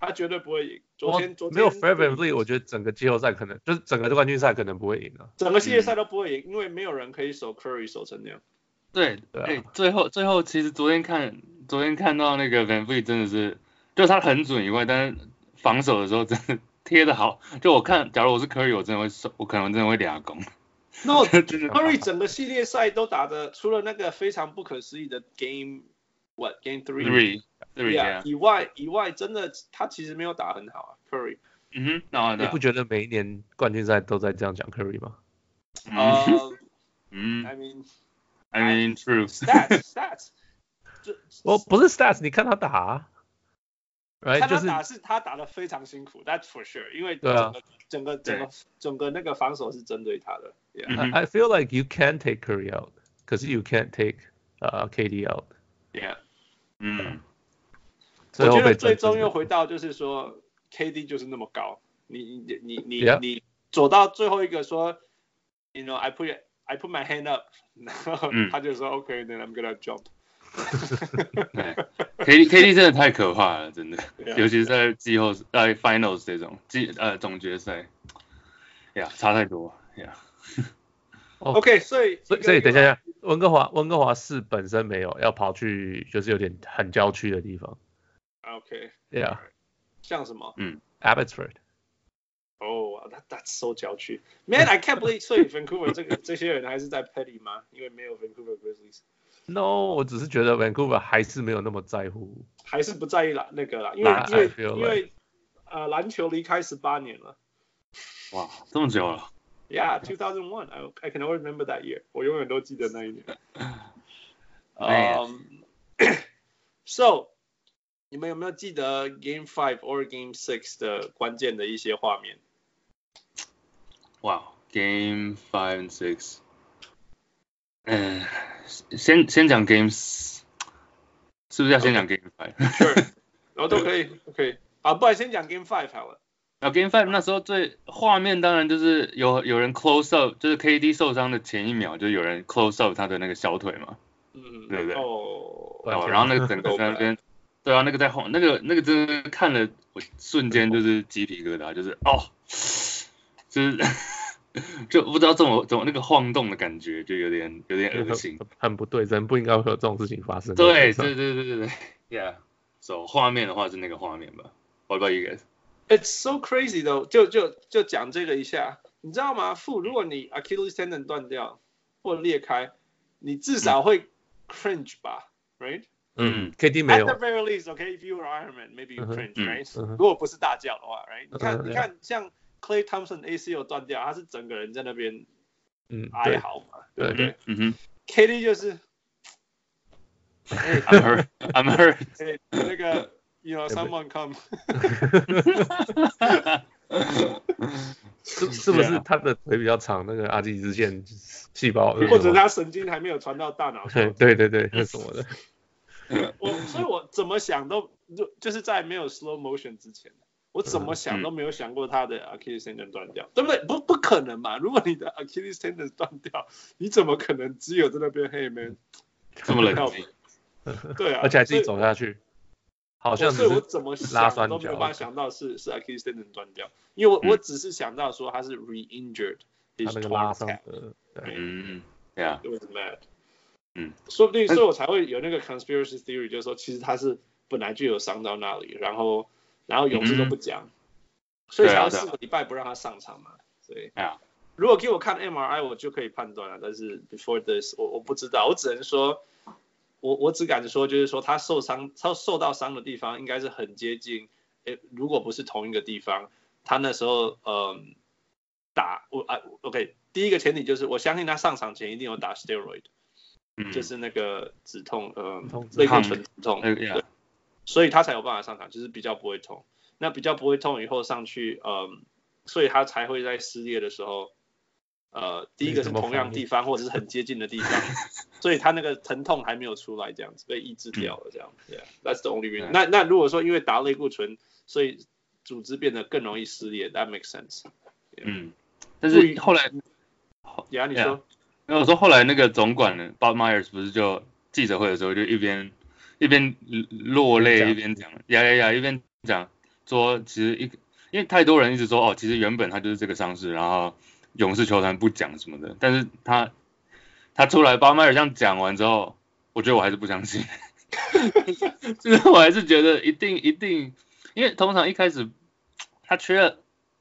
S4: 他绝对不会赢。昨天昨天
S2: 没有 Fervently，我觉得整个季后赛可能就是整个冠军赛可能不会赢啊。
S4: 整个系列赛都不会赢，因为没有人可以守 Curry 守成那样。
S5: <laughs> 对，
S2: 对啊
S5: 哎、最后最后其实昨天看昨天看到那个 Van v l e e 真的是，就他很准以外，但是防守的时候真的 <laughs> 贴的好。就我看，假如我是 Curry，我真的会受，我可能真的会俩攻。
S4: <laughs> <laughs> No
S5: 真的
S4: Curry 整个系列赛都打的，除了那个非常不可思议的 Game What Game Three
S5: three three
S4: Yeah，
S5: yeah，
S4: 以外以外，真的他其实没有打很好啊，Curry。
S5: 嗯哼，然后
S2: 你
S5: 的
S2: 不，觉得每一年冠军赛都在这样讲 Curry 吗？
S5: 嗯 <laughs>
S4: 呃
S5: 嗯
S4: ，I mean
S5: ，I mean truth，
S4: stats stats，就
S2: 我哦不是 stats，你看他打、啊、
S4: 他
S2: ，right 就
S4: 他
S2: 是
S4: 打哎是他打的非常辛苦，That's for sure，因为
S2: 对啊
S4: 整个整个整个整个那个防守是针对他的，Yeah
S5: 嗯哼
S2: I, I feel like you can take Curry out，可是 you can't take 呃、KD out，
S4: Yeah。
S5: 嗯，
S4: 我
S2: 最后
S4: 觉
S2: 被
S4: 得最
S2: 证
S4: 终
S2: 实
S4: 又回到就是说，KD 就是那么高，你你你你
S2: Yeah.
S4: 你走到最后一个说，you know I put I put my hand up，然后
S5: 嗯
S4: 他就说 OK then I'm gonna jump。
S5: 对，K D K D 真的太可怕了，真的，
S4: 对啊
S5: 尤其是在季后在 finals 这种季呃总决赛，呀，差太多呀，
S4: OK，所以
S2: 哦所以所以等一下，等一下温哥华温哥华市本身没有，要跑去就是有点很郊区的地方
S4: 啊，OK，
S2: ，Yeah
S4: 像什么
S2: Abbotsford，
S4: ？Oh，that that's so 郊区，Man，I can't believe，所以
S2: <laughs>
S4: Vancouver 这个这些人还是在 Petty 吗？因为没有 Vancouver Grizzlies，
S2: No，我只是觉得 Vancouver 还是没有那么在乎。
S4: 还是不在意篮那个啦，因为
S2: 篮
S4: 因为
S2: I feel
S4: 因为呃篮球离开十八年了。
S5: 哇，这么久了，
S4: Yeah, 2001. I, I can always remember that year. 我永远都记得那一年。
S5: <laughs> Man.
S4: Um, <coughs> so，你们有没有记得 Game Five or Game Six 的关键的一些画面？
S5: 哇，Game Five and Six，嗯，先先讲 Games，是不是要先讲 Game Five？
S4: 然后都可以，
S5: <coughs>
S4: 都可以。啊，不然先讲 Game Five 好了。
S5: 然后 Game Five 那时候最画面当然就是有有人 close up，就是 KD 受伤的前一秒，就有人 close up 他的那个小腿嘛，
S4: 嗯，
S5: 对对
S4: 哦，
S2: 对
S5: 哦，然后那个整个在那边，对啊，那个在晃，那个那个真的看了我瞬间就是鸡皮疙瘩，就是哦，就是 <laughs> 就不知道怎么怎么那个晃动的感觉就有点有点恶心，
S2: 很很不对，人不应该会有这种事情发生。嗯
S5: 对对对对对对，Yeah，so, 画面的话是那个画面吧，What about you guys？
S4: It's so crazy though，就就就讲这个一下，你知道吗？父，如果你 Achilles tendon 断掉或裂开，你至少会 cringe 吧，right？
S2: 嗯
S5: 嗯
S2: ，KD 没
S4: At
S2: 有
S4: the，very least, okay, if you were Iron Man, maybe you
S2: 嗯哼
S4: cringe,
S5: 嗯
S4: right?
S2: 嗯哼
S4: 如果不是大叫的话，right？
S2: 嗯
S4: 你看，你
S2: 对
S4: 看，像 Clay Thompson ACL 断掉，他是整个人在那边
S2: 嗯，
S4: 哀
S2: 对
S4: 嚎嘛，
S2: 对
S4: 对不对
S5: 嗯哼
S4: ？KD 就是，
S2: <laughs>
S4: 哎，
S5: <laughs> ，I'm <laughs> hurt，I'm hurt。
S4: 哎那个，you know,
S2: 对不
S4: someone come，
S2: 是是不是他的腿比较长，那个阿基里斯腱细胞
S4: 或者他神经还没有传到大脑上
S2: <laughs> 对对对
S4: 啊
S2: 对，那什么的，
S4: 我所以，我怎么想都就就是在没有 slow motion 之前，我怎么
S2: 嗯
S4: 想都没有想过他的 Achilles tendon 断掉，对不对？不不可能嘛！如果你的 Achilles tendon 断掉，你怎么可能只有在那边 Hey man？
S5: 这么冷 <laughs> 静，
S4: 对啊，
S2: 而且还自己
S4: 所以
S2: 走下去，好像只
S4: 所以我
S2: 是
S4: 怎么
S2: 拉
S4: 想
S2: 酸
S4: 都没有
S2: 脚
S4: 办法想到是是 Achilles tendon 断掉，因为我、
S5: 嗯
S4: 我只是想到说他是 re-injured
S2: 他
S4: his
S2: 那个拉
S4: torn
S2: 伤
S4: calf。
S2: 的，对，
S5: 嗯，Yeah，
S4: It was mad。
S5: 嗯，
S4: 说不定，
S5: 但
S4: 所以我才会有那个 conspiracy theory，就是说其实他是本来就有伤到那里，然后然后勇士都不讲，所以才要
S5: 对啊对啊
S4: 四个礼拜不让他上场嘛。所以
S5: 对啊，
S4: 如果给我看 MRI，我就可以判断了。但是 before this，我我不知道，我只能说，我我只敢说，就是说他受伤，他受到伤的地方应该是很接近，诶，如果不是同一个地方，他那时候嗯打我啊，OK，第一个前提就是我相信他上场前一定有打 steroid，、
S5: 嗯，
S4: 就是那个止痛，呃
S2: 止痛，
S4: 类固
S5: 抗
S4: 醇止痛，
S5: 那个呃 Yeah，
S4: 所以他才有办法上场，就是比较不会痛。那比较不会痛以后上去，嗯，所以他才会在撕裂的时候，呃，第一个是同样地方或者是很接近的地方，所以他那个疼痛还没有出来，这样子被抑制掉了，这样。Yeah，that's the only reason
S5: 对
S4: 那。那如果说因为打类固醇，所以组织变得更容易撕裂，that makes sense。
S5: 嗯，但是后来，
S4: 呀，你说
S5: 那我说后来那个总管呢 Bob Myers 不是就记者会的时候就一边一边落泪一边讲，呀呀呀，一边讲说，其实一因为太多人一直说哦，其实原本他就是这个伤势，然后勇士球团不讲什么的，但是他他出来巴麦尔像讲完之后，我觉得我还是不相信， <laughs> 就是我还是觉得一定一定，因为通常一开始他缺了，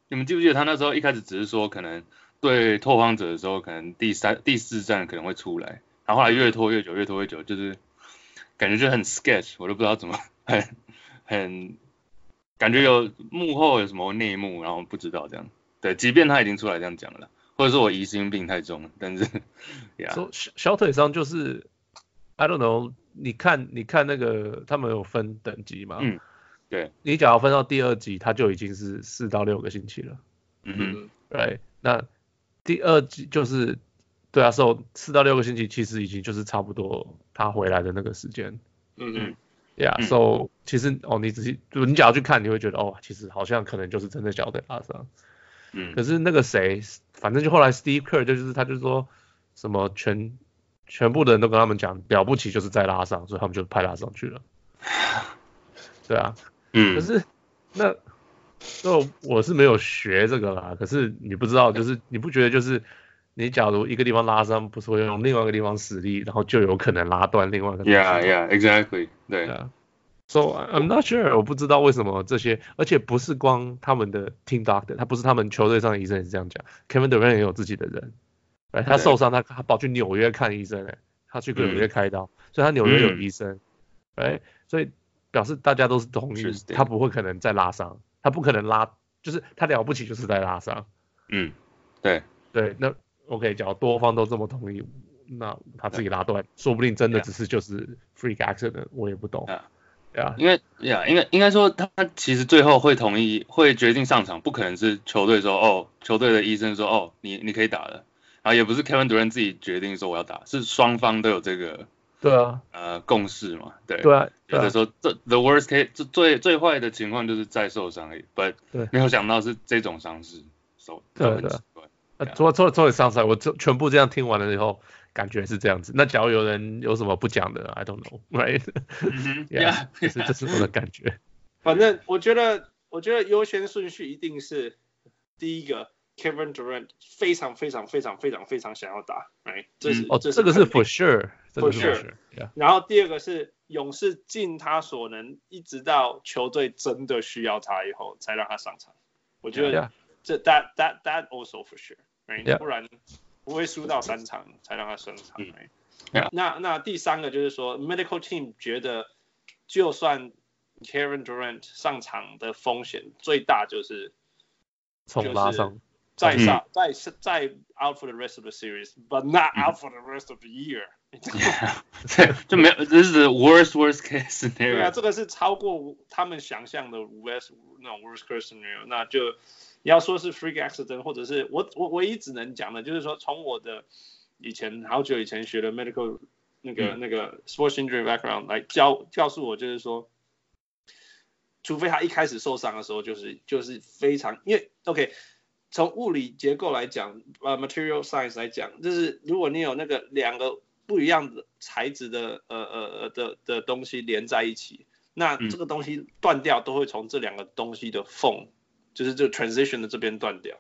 S5: 你们记不记得他那时候一开始只是说可能对拓荒者的时候，可能第三第四站可能会出来，然后后来越拖越久，越拖越久，就是感觉就很 sketch，我都不知道怎么很很感觉有幕后有什么内幕，然后不知道这样。对，即便他已经出来这样讲了，或者是我疑心病太重，但是呀
S2: 说小小腿伤就是 I don't know，你看你看那个他们有分等级嘛？
S5: 嗯，对。
S2: 你只要分到第二级，他就已经是四到六个星期了。
S5: 嗯哼，
S2: 对，那第二季就是对啊，受四到六个星期，其实已经就是差不多他回来的那个时间。
S4: 嗯
S2: 呀、
S5: 嗯
S2: yeah, so 其实哦，你仔细就你只要去看，你会觉得哦，其实好像可能就是真的小腿拉伤。
S5: <laughs> 嗯
S2: 可是那个谁，反正就后来 Steve Kerr 就是他就说什么全全部的人都跟他们讲了不起就是在拉伤，所以他们就派他上去
S5: <sighs>
S2: 了。对啊，可
S5: 嗯，
S2: 是那那我是没有学这个啦，可是你不知道，就是你不觉得就是你假如一个地方拉伤，不是会用另外一个地方使力，然后就有可能拉断另外一个地方。
S5: Yeah, yeah, exactly. 对，
S2: 啊。So I'm not sure，我不知道为什么这些，而且不是光他们的 team doctor，他不是他们球队上的医生也是这样讲。Kevin Durant 也有自己的人，哎，他
S5: 对嗯
S2: 受伤，他他跑去纽约看医生，哎，他去纽约开刀，所以他纽约有医生，哎，所以表示大家都是同意，
S5: Interesting
S2: 他不会可能再拉伤，他不可能拉，就是他了不起就是在拉伤。
S5: 嗯，
S2: 对，那 OK，只要多方都这么同意，那他自己拉断，说不定真的
S5: Yeah
S2: 只是就是 freak accident，我也不懂
S5: Yeah。
S2: 对啊，
S5: 因为呀应该应该说他其实最后会同意，会决定上场，不可能是球队说哦，球队的医生说哦，你你可以打了，然后也不是 Kevin Durant 自己决定说我要打，是双方都有这个
S2: 对啊，
S5: 呃共识嘛，对。
S2: 对啊，对
S5: 有的
S2: 啊，
S5: 时候，这 the worst case 最最最坏的情况就是再受伤而已，but
S2: 对
S5: 没有想到是这种伤势，手
S2: 对
S5: 就很
S2: 对
S5: 奇怪。
S2: 啊除了除了除了上赛，我这全部这样听完了以后，感觉是这样子。那假如有人有什么不讲的，I don't <laughs> know，right？
S5: 嗯哼
S2: Yeah，
S5: ，yeah，
S2: 这是这是我的感觉。
S4: 反正我觉得，我觉得优先顺序一定是第一个，Kevin Durant 非常非常非常非常非常想要打，right？这是、
S2: 哦，这个是
S4: 肯定
S2: for sure，这个是
S4: For
S2: for
S4: sure
S2: sure，yeah，
S4: 然后第二个是勇士尽他所能，一直到球队真的需要他以后，才让他上场。我觉得
S2: Yeah.
S4: 这 that that that also for sure，、right?
S2: Yeah.
S4: 不然不会输到三场才让他上场。
S5: 嗯
S4: right?
S5: Yeah.
S4: 那那第三个就是说，medical team 觉得就算 Kevin Durant 上场的风险最大就是
S2: 从拉上，
S4: 再上、再再 out for the rest of the series，but not out for the rest of the year、
S5: 对， <laughs> 就没有，这是 the worst worst case
S4: 对啊，
S5: scenario。
S4: 这个是超过他们想象的 worst 那种 worst case scenario。那就你要说是 freak accident，或者是我我唯一只能讲的就是说，从我的以前好久以前学的 medical 那个、那个 sports injury background 来教告诉我，就是说，除非他一开始受伤的时候，就是就是非常因为 OK。从物理结构来讲，呃，material science 来讲，就是如果你有那个两个不一样的材质的呃呃呃的的东西连在一起，那
S5: 嗯
S4: 这个东西断掉都会从这两个东西的缝，就是这个 transition 的这边断掉。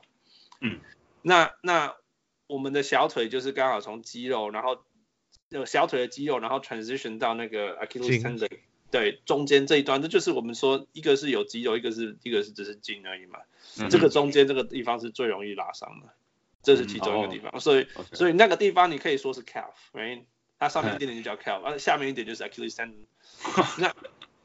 S5: 嗯，
S4: 那那我们的小腿就是刚好从肌肉，然后有小腿的肌肉，然后 transition 到那个 Achilles
S2: 筋
S4: tendon，对，中间这一端，这就是我们说一个是有肌肉，一个是一个是只是筋而已嘛。
S5: 嗯
S4: 这个中间这个地方是最容易拉伤的，这是其中一个地方。
S5: 嗯哦
S4: 所以
S5: OK
S4: 所以那个地方你可以说是 calf，right？它
S2: 哎
S4: 上面一点点就叫 calf，而下面一点就是 Achilles tendon。那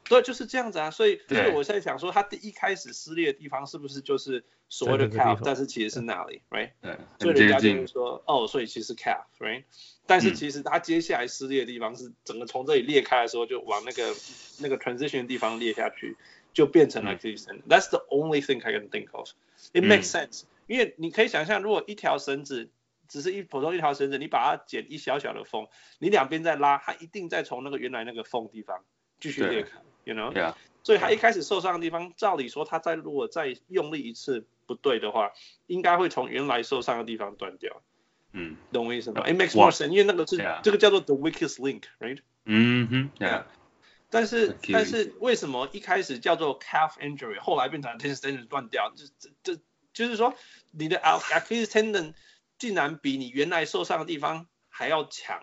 S4: 对，就是这样子啊。所以所
S5: 对
S4: 以我在想说，它第一开始撕裂的地方是不是就是所谓的
S2: 在那个地
S4: calf，
S2: 方
S4: 但是其实是那里，right？
S5: 对，
S4: 所
S5: 很
S4: 以人家
S5: 接
S4: 就会
S5: 近。
S4: 说，哦，所以其实 calf，right？但是
S5: 嗯
S4: 其实它接下来撕裂的地方是整个从这里裂开的时候，就往那个那个 transition 的地方裂下去，就变成
S5: 嗯
S4: 了 Achilles tendon。That's the only thing I can think of. It makes
S5: 嗯
S4: sense，、因为你可以想象，如果一条绳子只是一普通一条绳子，你把它剪一小小的缝，你两边再拉，它一定再从那个原来那个缝地方继续裂
S5: 对
S4: 开，you know？
S5: Yeah，
S4: 所以他一开始受伤的地方，照理说他再如果再用力一次不对的话，应该会从原来受伤的地方断掉，
S5: 嗯
S4: 懂我意思吗哎
S5: 哇
S4: ？It makes more sense，因为那个是
S5: Yeah
S4: 这个叫做 the weakest link，right？
S5: 嗯哼，Yeah，
S4: 但是
S5: Achilles
S4: 但是为什么一开始叫做 calf injury，后来变成 t e n s i tendon 断掉？就这这就是说你的 a- Achilles tendon 竟然比你原来受伤的地方还要强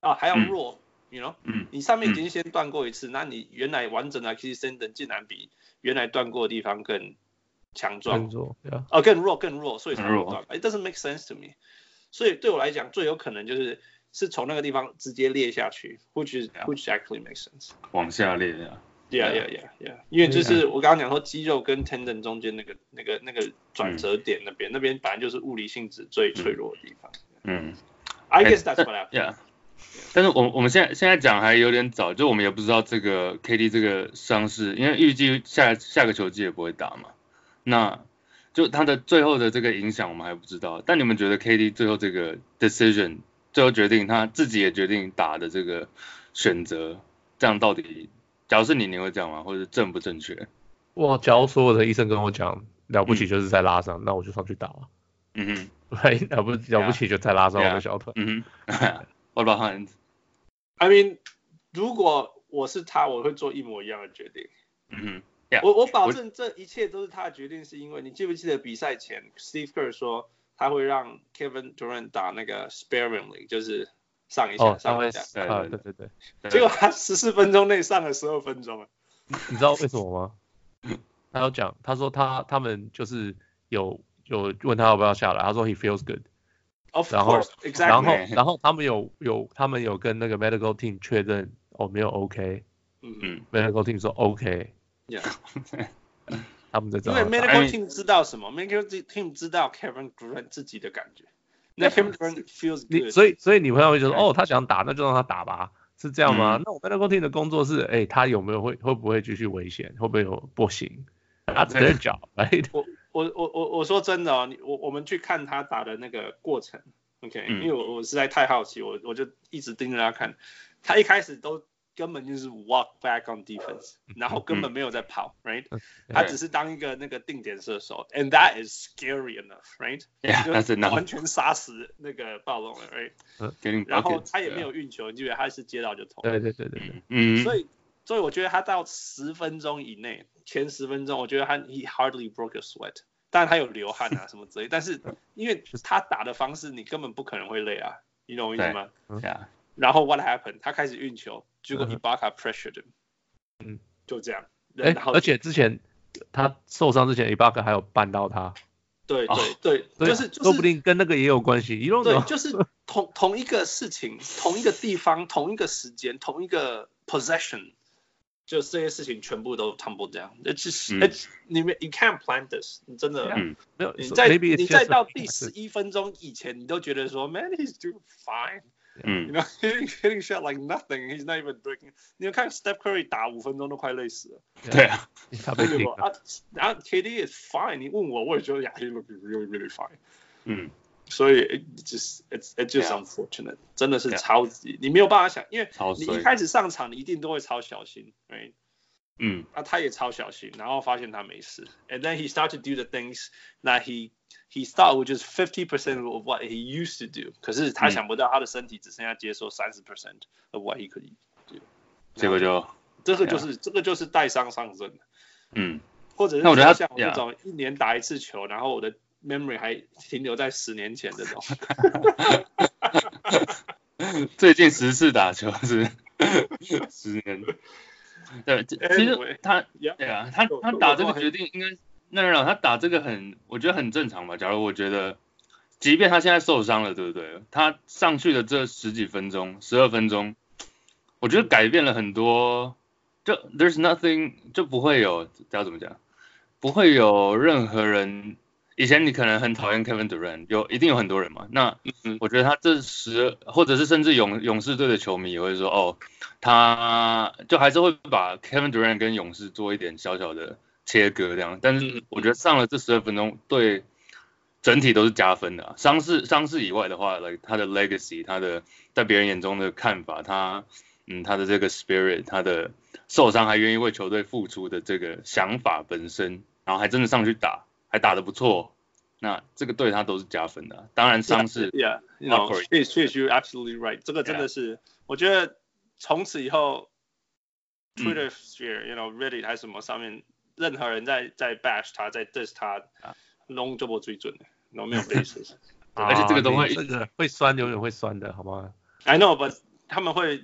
S4: 啊，还要
S5: 嗯
S4: 弱、你 y o u know？
S5: 嗯
S4: 你上面已经先断过一次，那你原来完整的 Achilles tendon 竟然比原来断过的地方更强壮
S2: 工，作，对啊，
S4: 哦，更弱更弱，所以才
S5: 更弱
S4: 会断。It doesn't make sense to me。所以对我来讲，最有可能就是是从那个地方直接裂下去，which is
S5: Yeah.
S4: which actually makes sense。
S5: 往下列啊。
S4: Yeah, yeah, yeah, yeah。因为就是我刚刚讲说肌肉跟 tendon 中间那个那个那个转折点那
S2: 嗯
S4: 边，那边本来就是物理性质最脆弱的地方。
S5: 嗯
S4: I
S5: 哎
S2: <laughs>
S4: guess that's what happened。
S5: ，Yeah。但是我我们现在现在讲还有点早，就我们也不知道这个 KD 这个伤势，因为预计下下个球季也不会打嘛，那就他的最后的这个影响我们还不知道。但你们觉得 KD 最后这个 decision 最后决定他自己也决定打的这个选择，这样到底，假如是你你会这样吗？或者正不正确？
S2: 哇，假如所有的医生跟我讲了不起就是在拉伤，那我就上去打了， <laughs>
S5: 嗯哼，
S2: 了不了不起就在拉伤我的小腿。
S5: 嗯哼，What about Hans？
S4: I mean，如果我是他，我会做一模一样的决定。
S5: 嗯哼。
S4: 我我保
S5: 我
S4: 证这一切都是他的决定，是因为你记不记得比赛前 Steve Kerr 说他会让 Kevin Durant 打那个 sparingly，就是上一下、
S2: 哦，他
S4: 上
S2: 会
S4: 一下，
S5: 对
S2: 啊，
S5: 对
S2: 对对对，
S5: 对
S4: 结果他十四分钟内上了十二分钟啊。
S2: 你知道为什么吗？他有讲，他说他他们就是有有问他要不要下来，他说 he feels good，
S4: Of
S2: 然后
S4: course,
S2: 然
S4: exactly.
S2: 后然后他们有有他们有跟那个 medical team 确认哦没有 OK，medical
S4: 嗯，
S2: team 说 OK，
S4: Yeah.
S2: 他们在找
S4: 因
S2: 他
S4: 为
S2: 打
S4: medical
S5: I mean-
S4: team 知道什么？medical team 知道 Kevin Durant 自己的感觉。那 Kevin Durant feels
S2: 你
S4: good，
S2: 啊所以所以你朋友会觉得
S5: 对
S2: 哦，他想打，那就让他打吧，是这样吗？
S5: 嗯
S2: 那我们 medical team 的工作是，哎、他有没有会会不会继续危险，会不会有不行？他只能脚，right？ <laughs>
S4: 我我我我说真的哦，你我我们去看他打的那个过程，OK，、
S5: 嗯
S4: 因为我我实在太好奇，我我就一直盯着他看。他一开始都根本就是 walk back on defense，
S2: 嗯
S4: 然后根本没有在跑、r i g h t 他只是当一个那个定点射手，and that is
S2: <laughs>
S4: scary enough，right？
S5: Yeah, that's
S4: 就
S5: enough.
S4: 完全杀死那个暴龙了，right？
S2: <laughs>
S5: Getting
S4: 然后
S5: buckets,
S4: 他也没
S5: yeah.
S4: 有运球，你记得他是接到就投，
S2: 啊对对对对对，
S5: 嗯，
S4: 所以所以我觉得他到十分钟以内，前十分钟，我觉得他 he hardly broke a sweat，当然他有流汗
S2: <laughs>
S4: 啊什么之类，但是因为他打的方式，你根本不可能会累啊，你懂我意思吗？
S5: Yeah.
S4: 然后 what happened？他开始运球，结果
S2: 嗯
S4: Ibaka pressured him，
S2: 嗯，
S4: 就这样。
S2: 哎、
S4: 然后
S2: 而且之前他受伤之前 i b a k 还有绊到他，
S4: 对
S5: 哦
S4: 对
S2: 所
S4: 对，
S2: 以
S4: 就是就是
S2: 啊说不定跟那个也有关系。You don't
S4: 对，
S2: know，
S4: 就是同同一个事情、同一个地方、同一个时间、同一个 possession，就这些事情全部都 tumble down。It's just,
S5: 嗯
S4: it's 你们 you can't plan this，你真的。
S5: 嗯
S2: 没有
S4: 你
S2: ，so
S4: 在
S2: maybe it's
S4: 你在
S2: just a
S4: 到第
S2: fact
S4: 十一分钟以前，你都觉得说，Man, he's doing fine. <laughs>
S5: 嗯
S4: You know, hitting hitting shot like nothing. He's not even breaking. 你们看 Steph Curry 打五分钟都快累死了。
S5: 对啊，
S2: <laughs> 他被
S4: 为什
S2: 停
S4: 么
S2: 了，
S4: <laughs> 啊？然后 KD is fine。你问我，我也觉得 Yeah, he look really, really fine.
S5: 嗯
S4: 所以 it just it's it just
S5: Yeah.
S4: unfortunate，真的是
S5: Yeah.
S4: 超级你没有办法想，因为
S5: 超
S4: 你
S5: 衰
S4: 一，开始上场你一定都会超小心，right？
S5: 嗯
S4: 那他也超小心，然后发现他没事，and then he started to do the things that he he thought were just fifty percent of what he used to do，可是他
S5: 嗯
S4: 想不到他的身体只剩下接受三十 percent of what he could do，
S5: 结果就
S4: 这个就是这个就是带伤上阵。
S5: 嗯
S4: 或者是
S5: 那我觉得他
S4: 像我这种一年打一次球，然后我的 memory 还停留在十年前这
S5: <laughs>
S4: 种。
S5: 最近十次打球是
S4: <laughs>
S5: 十年，对，其其实
S4: Anyway，
S5: 他
S4: yeah
S5: 对啊，他
S4: Go-
S5: 他
S4: go-
S5: 打
S4: go
S5: 这个
S4: ahead
S5: 决定应该那让他打这个很，我觉得很正常吧。假如我觉得，即便他现在受伤了，对不对？他上去的这十几分钟、十二分钟，我觉得改变了很多。就 there's nothing 就不会有要怎么讲，不会有任何人。以前你可能很讨厌 Kevin Durant，有一定有很多人嘛。那
S4: 嗯
S5: 我觉得他这十，或者是甚至勇勇士队的球迷也会说，哦，他就还是会把 Kevin Durant 跟勇士做一点小小的切割这样，但是我觉得上了这十二分钟对整体都是加分的、啊。伤势伤势以外的话，来他的 legacy，他的在别人眼中的看法，他嗯他的这个 spirit，他的受伤还愿意为球队付出的这个想法本身，然后还真的上去打，还打得不错，那这个对他都是加分的啊、当然伤势
S4: Yeah, you know,
S5: Awkward.
S4: 确确实 absolutely right，这个真的是，我觉得从此以后
S5: 嗯
S4: Twitter sphere，you know Reddit 还是什么上面，任何人在在 bash 他，在 diss 他
S5: 啊
S4: ，long 就不最准的，no 没有 basis。
S5: 而且这个都会
S2: 啊你这个会酸，永远会酸的，好吗？
S4: I know，but 他们会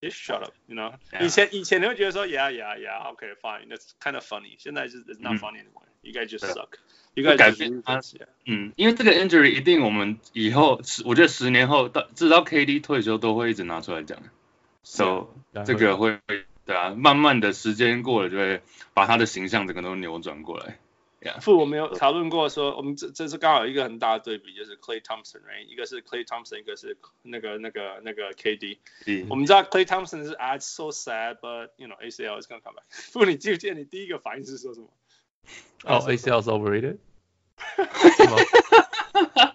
S4: just shut up，you know。
S5: Yeah.
S4: 以前以前你会觉得说，yeah yeah yeah，okay，fine，that's kind of funny。现在就是 it's not
S5: 嗯
S4: funny anymore。You guys just
S5: 对
S4: suck。You
S5: 就
S4: guys
S5: 改
S4: just
S5: 变
S4: losers，
S5: 他
S4: yeah
S5: 嗯，因为这个 injury 一定我们以后十，我觉得十年后到直到 KD 退休都会一直拿出来讲，so
S2: 然后
S5: 这个会对啊，慢慢的时间过了就会把他的形象整个都扭转过来。
S4: 父，我们有讨论过说，我们这这次刚好有一个很大的对比，就是 Clay Thompson，right？一个是 Clay Thompson，一个是那个那个那个 KD。我
S5: Mm。
S4: 们知道 Clay Thompson 是 i so sad，but you know ACL is gonna come back。父，你记不记得你第一个反应是说什么？
S2: 哦
S4: 是
S2: ，ACL is
S4: <laughs>
S2: overrated 是吗。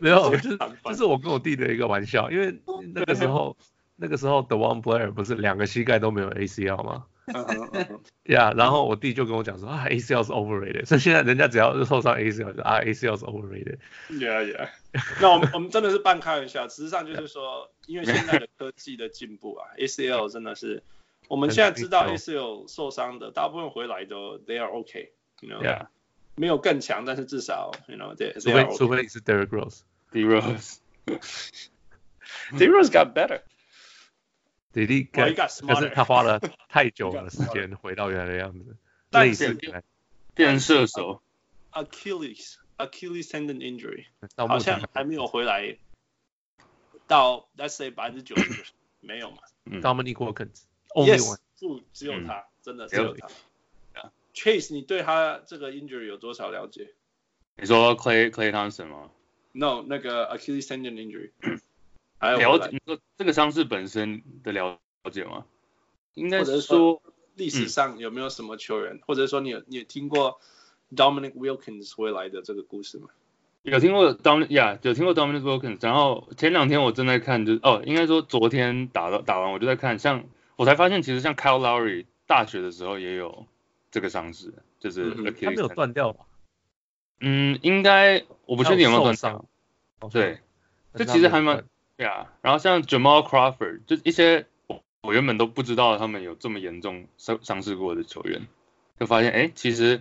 S2: 没有，就是这是我跟我弟的一个玩笑，因为那个时候那个时候 The One Player 不是两个膝盖都没有 ACL 吗？Yeah，然后我弟就跟我讲说啊 ACL 是 overrated，所以现在人家只要受伤 ACL 就啊 ACL 是 overrated。
S4: Yeah, yeah. 那我们我们真的是半开玩笑，实际上就是说，因为现在的科技的进步啊，ACL 真的是，我们现在知道
S2: 很
S4: ACL 受伤的大部分回来都 they are okay, you know.
S2: Yeah，
S4: 没有更强，但是至少 you know they
S2: 除
S4: they are
S2: 非
S4: okay.
S2: 除非你是 Derrick Rose。
S5: D Rose，
S4: d e r o s got better.
S2: 弟弟
S4: Well,
S2: 可
S4: he got
S2: 可是
S4: smarter.
S2: 他花了 <laughs> 太久
S4: He got
S2: 的时间回到原来的样子，
S4: 但
S2: 类似
S5: 是
S2: 原来
S5: 变成射手，
S4: Achilles Achilles tendon injury
S2: 到目
S4: 好
S2: 前
S4: 像还没有回来到 let's say 百分之九十，没有嘛
S2: Dominic Wilkins only
S4: ？Yes，
S2: one
S4: 不只有他，真的只
S5: 有
S4: 有他
S5: Yeah。
S4: Chase，你对他这个 injury 有多少了解？
S5: 你说 Clay Clay Thompson 吗？
S4: No，那个 Achilles tendon
S5: <coughs>
S4: injury，还有
S5: 了
S4: 哎我
S5: 解
S4: 来，
S5: 你说这个伤势本身的了解吗？应该
S4: 或者
S5: 是
S4: 是说
S5: 说，
S4: 历史上有没有什么球员，或者说你有你有听过 Dominic Wilkins 回来的这个故事吗？
S5: 有听过 Dom，呀、yeah,，有听过 Dominic Wilkins。然后前两天我正在看，就是哦，应该说昨天打到打完我就在看，像我才发现其实像 Kyle Lowry 大学的时候也有这个伤势，就是
S4: 嗯哼
S5: Achilles
S2: 他没有断掉吧？
S5: 嗯，应该我不确定有没有断
S2: 他有受
S5: 伤
S2: 伤。好像
S5: 对，
S2: 但是
S5: 这
S2: 他
S5: 其实
S2: 没有
S5: 还蛮
S2: 断
S5: 对啊，然后像 Jamal Crawford，就一些我我原本都不知道他们有这么严重伤伤势过的球员，就发现哎，诶其实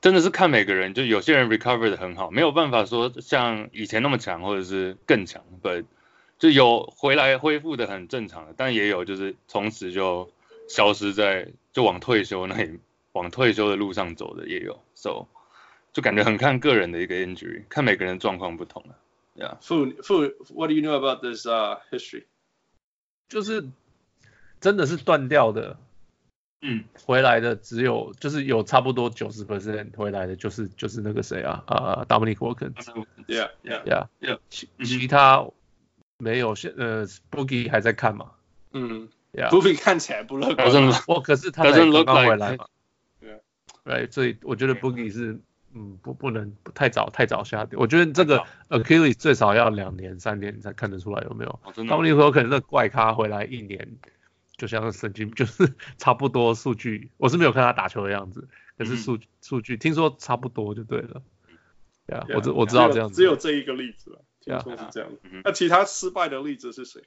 S5: 真的是看每个人，就有些人 recover 的很好，没有办法说像以前那么强，或者是更强，对，就有回来恢复的很正常的，但也有就是从此就消失在就往退休那里往退休的路上走的也有，so 就感觉很看个人的一个 injury，看每个人状况不同了，对啊。
S4: 傅傅，What do you know about this uh history？
S2: 就是真的是断掉的，
S5: 嗯，
S2: 回来的只有就是有差不多九十 percent 回来的，就是就是那个谁啊，呃，Dominic Wilkins，
S4: Yeah, yeah.
S2: yeah，
S5: Yeah
S2: 其
S5: 嗯哼
S2: 其他没有，现呃 Boogie 还在看嘛
S4: 嗯，不
S2: ，yeah，
S4: 比看起来不乐观。
S5: Doesn't
S2: 我可是他
S5: Doesn't
S2: 才刚
S5: look
S2: 刚
S5: like
S2: 回来嘛
S4: Yeah
S2: ，right，所以我觉得 Boogie 是嗯不不能太早太早下跌，我觉得这个 Achilles 最少要两年三年你才看得出来有没有。
S5: 哦，真的
S2: 他
S5: 哦
S2: 们那时候可能那怪咖回来一年，就像神经， <laughs> 就是差不多数据，我是没有看他打球的样子，可
S5: 嗯
S2: 是数数据听说差不多就对了。对啊，我知我知道这样子。
S4: 只有只有这一个例子了，听
S2: Yeah
S4: 说是这样
S5: 嗯哼。
S4: 那其他失败的例子是谁？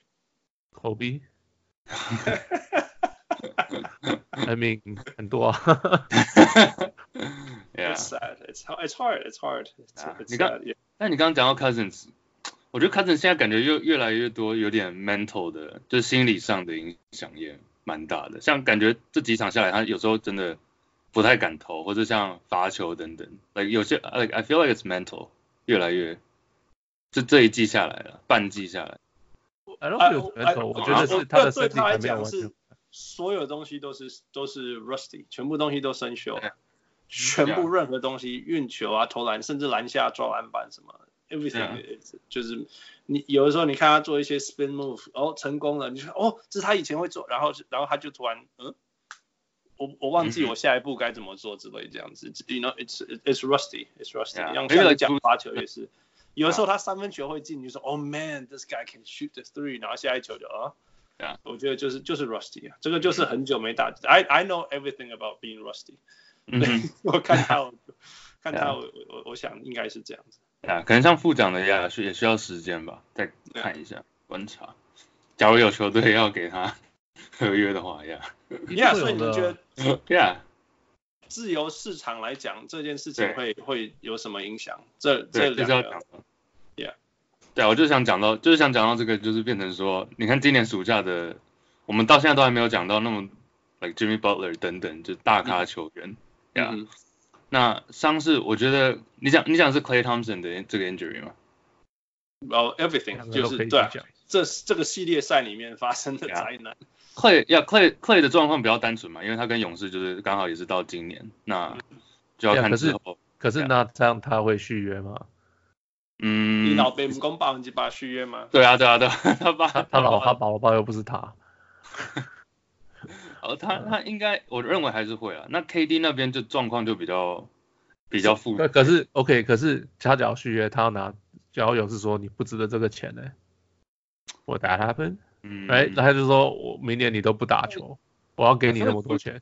S2: 口碑。I mean 很多
S4: <laughs>
S2: 啊，
S5: Yeah.
S4: It's sad. It's hard. It's hard. It's hard. It's,
S5: Yeah.
S4: it's
S5: 你看
S4: sad. Yeah.
S5: 那你刚刚讲到 Cousins，我觉得 Cousins 现在感觉越越来越多有点 mental 的，就是心理上的影响也蛮大的。像感觉这几场下来，他有时候真的不太敢投，或者像罚球等等，like 有些 like I feel like it's mental，越来越，这这一季下来了，半季下来，
S2: I don't
S4: 啊
S2: feel
S4: 我
S2: mental，
S4: 我
S2: 我觉得是他的身体
S4: 对他来
S2: 还没有
S4: 讲
S2: 完全
S4: 是。所有东西都是都是 rusty，全部东西都生锈
S5: Yeah.，
S4: 全
S5: Yeah.
S4: 部任何东西运球啊、投篮，甚至篮下抓篮板什么，everything is- 就是你有的时候你看他做一些 spin move，哦成功了，你就说哦这是他以前会做，然后然后他就突然嗯，我我忘记
S5: 嗯
S4: 我下一步该怎么做之类这样子，you know it's it's rusty it's rusty，
S5: Yeah.
S4: 像
S5: Maybe
S4: 像
S5: like
S4: 你讲
S5: Bruce-
S4: 罚球也是。有的
S2: 啊
S4: 时候他三分球会进，你就说 “Oh man, this guy can shoot the three”，然后下一球就啊
S5: Yeah.
S4: 我觉得就是就是 rusty 啊，这
S2: 嗯
S4: 个就是很久没打。I I know everything about being rusty <laughs>
S5: 嗯哼，
S4: 我看他我看他我我我想应该是这样子。
S5: <laughs> 啊，可能像副长的呀，是也需要时间吧，再看一下观察。假如有球队要给他合约的话，Yeah
S2: 一定
S4: Yeah，
S2: 会
S4: 所以
S2: 有
S4: 你们
S2: 的。
S4: 觉得
S5: Yeah，
S4: 自由市场来讲这件事情
S5: 对
S4: 会会有什么影响？这这
S5: 对，就是要
S4: 两
S5: 讲
S4: 个，
S5: 到
S4: Yeah
S5: 对，啊我就想讲到，就是想讲到这个，就是变成说，你看今年暑假的，我们到现在都还没有讲到那么，like Jimmy Butler 等等，就是大咖球员。Yeah，、
S4: 嗯哼
S5: 那伤势，我觉得你讲你讲的是 Clay Thompson 的这个 injury 吗？
S4: 哦
S2: 两
S4: ，everything
S2: 个
S4: 就
S2: 都可
S4: 是
S2: 以
S4: 对啊，
S2: 讲。
S4: 这这个系列赛里面发生的
S5: Yeah
S4: 灾难。
S5: Clay 要 Clay Clay 的状况比较单纯嘛，因为他跟勇士就是刚好也是到今年，那
S4: 嗯
S5: 就要
S2: Yeah，
S5: 看
S2: 可是
S5: 之后。
S2: 可
S4: 啊
S2: 是那这样他会续约
S4: 哦
S2: 吗？
S5: 嗯
S4: 你，老北不公百分之八续约吗？
S5: 对啊对啊对啊， <laughs> 他爸
S2: 他他老他宝宝又不是他，
S5: 哦，他他应该，我认为还是会啊。那 KD 那边就状况就比较比较复杂
S2: 可可是 OK，可是他只要续约，他要拿，假如勇士说你不值得这个钱呢、我打他分，
S5: 嗯，
S2: 哎、那他就说我明年你都不打球，我要给你那么多
S4: <laughs>
S2: 钱，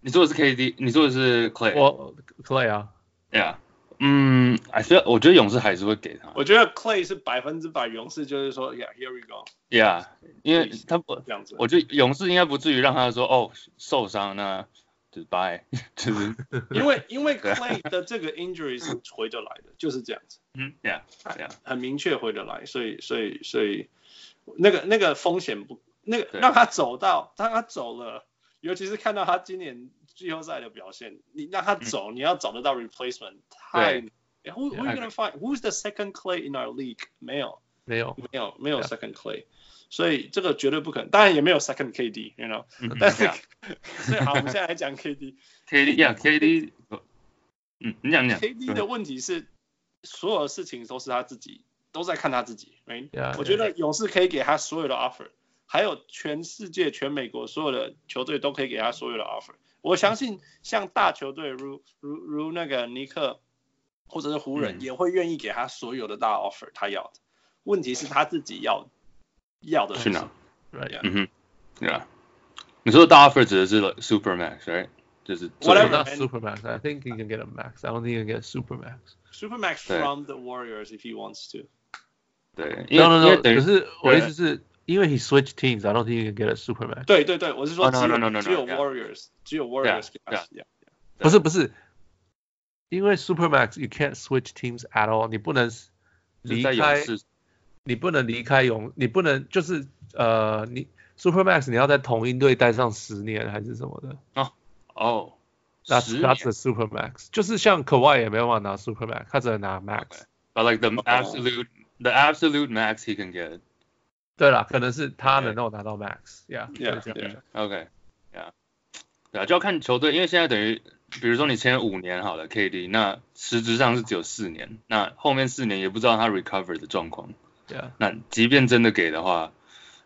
S5: 你说的是 KD，你说的是 Clay，
S2: 我 Clay 啊，
S5: 呀，嗯，I feel，我觉得勇士还是会给他
S4: 我觉得 Clay 是百分之百勇士，就是说，Yeah，here we go
S5: ，Yeah，因为他不，
S4: 这样子。
S5: 我觉得勇士应该不至于让他说哦受伤，那就是 bye，就是
S2: <laughs>
S5: <laughs>
S4: 因为因为
S5: 对啊
S4: Clay 的这个 injury 是回得来的，就是这样子，
S5: 嗯，Yeah，Yeah，
S4: 很明确回得来，所以所以所以那个那个风险不那个
S5: 对
S4: 让他走到让他走了，尤其是看到他今年季后赛的表现，你让他走，你要找得到 replacement 太
S5: 嗯对
S4: Who who you gonna find? Who's the second Clay in our league? 没有
S2: 没有，
S4: 没有没有
S2: Yeah
S4: second Clay，所以这个绝对不可能，当然也没有 second KD，you know。但
S5: 嗯
S4: 是
S5: Yeah，
S4: 所以好，我们现在来讲 KD。
S5: ，KD，Yeah，KD，嗯，你讲你讲
S4: KD 的问题是，所有事情都是他自己，都在看他自己。right？
S5: 啊
S2: Yeah,
S4: 我觉得勇士可以给他所有的 offer，还有全世界、全美国所有的球队都可以给他所有的 offer。我相信，像大球队如如如那个尼克或者是湖人，
S5: 嗯
S4: 也会愿意给他所有的大 offer，他要的。问题是他自己要要的
S5: 去哪？
S2: right，
S5: 嗯哼，Yeah，你说的大 offer 指的是 Supermax，right？就是最
S4: Whatever,
S2: not
S4: man.
S2: supermax. I think you can get a max. I don't think you can get supermax.
S4: Supermax
S5: 对
S4: from the Warriors if he wants to。
S5: 对，因为
S2: No no
S5: 因为
S2: no.
S5: 等于
S2: 可是我的意
S5: 对
S2: 思是，因为 he switch teams, I don't think you can get a supermax.
S4: 对对对，我是说
S5: Oh,
S4: 只
S5: no,
S4: 有、
S5: no, no, no,
S4: 只有
S5: yeah.
S4: Warriors，只有 Warriors 给他
S5: yeah.
S4: 要。
S2: 不是不是，因为 supermax you can't switch teams at all. 你不能
S5: 就
S2: 离
S5: 在勇
S2: 开
S5: 士，
S2: 你不能离开勇，你不能就是呃，你 Supermax 你要在同一队待上十年还是什么的
S5: 哦，
S2: ？That's
S5: 十年
S2: that's the Supermax，就是像 Kawhi 也没有办法拿 Supermax，他只能拿 Max。
S5: Okay. But like the absolute, the absolute max he can get.
S2: 对啦，可能是他能够拿到 Max，Yeah，
S4: Yeah,
S2: 这样
S4: yeah.
S5: OK, yeah. 对啊，就要看球队，因为现在等于，比如说你签五年好了，KD，那实质上是只有四年，那后面四年也不知道他 recover 的状况。
S2: ，Yeah，
S5: 那即便真的给的话，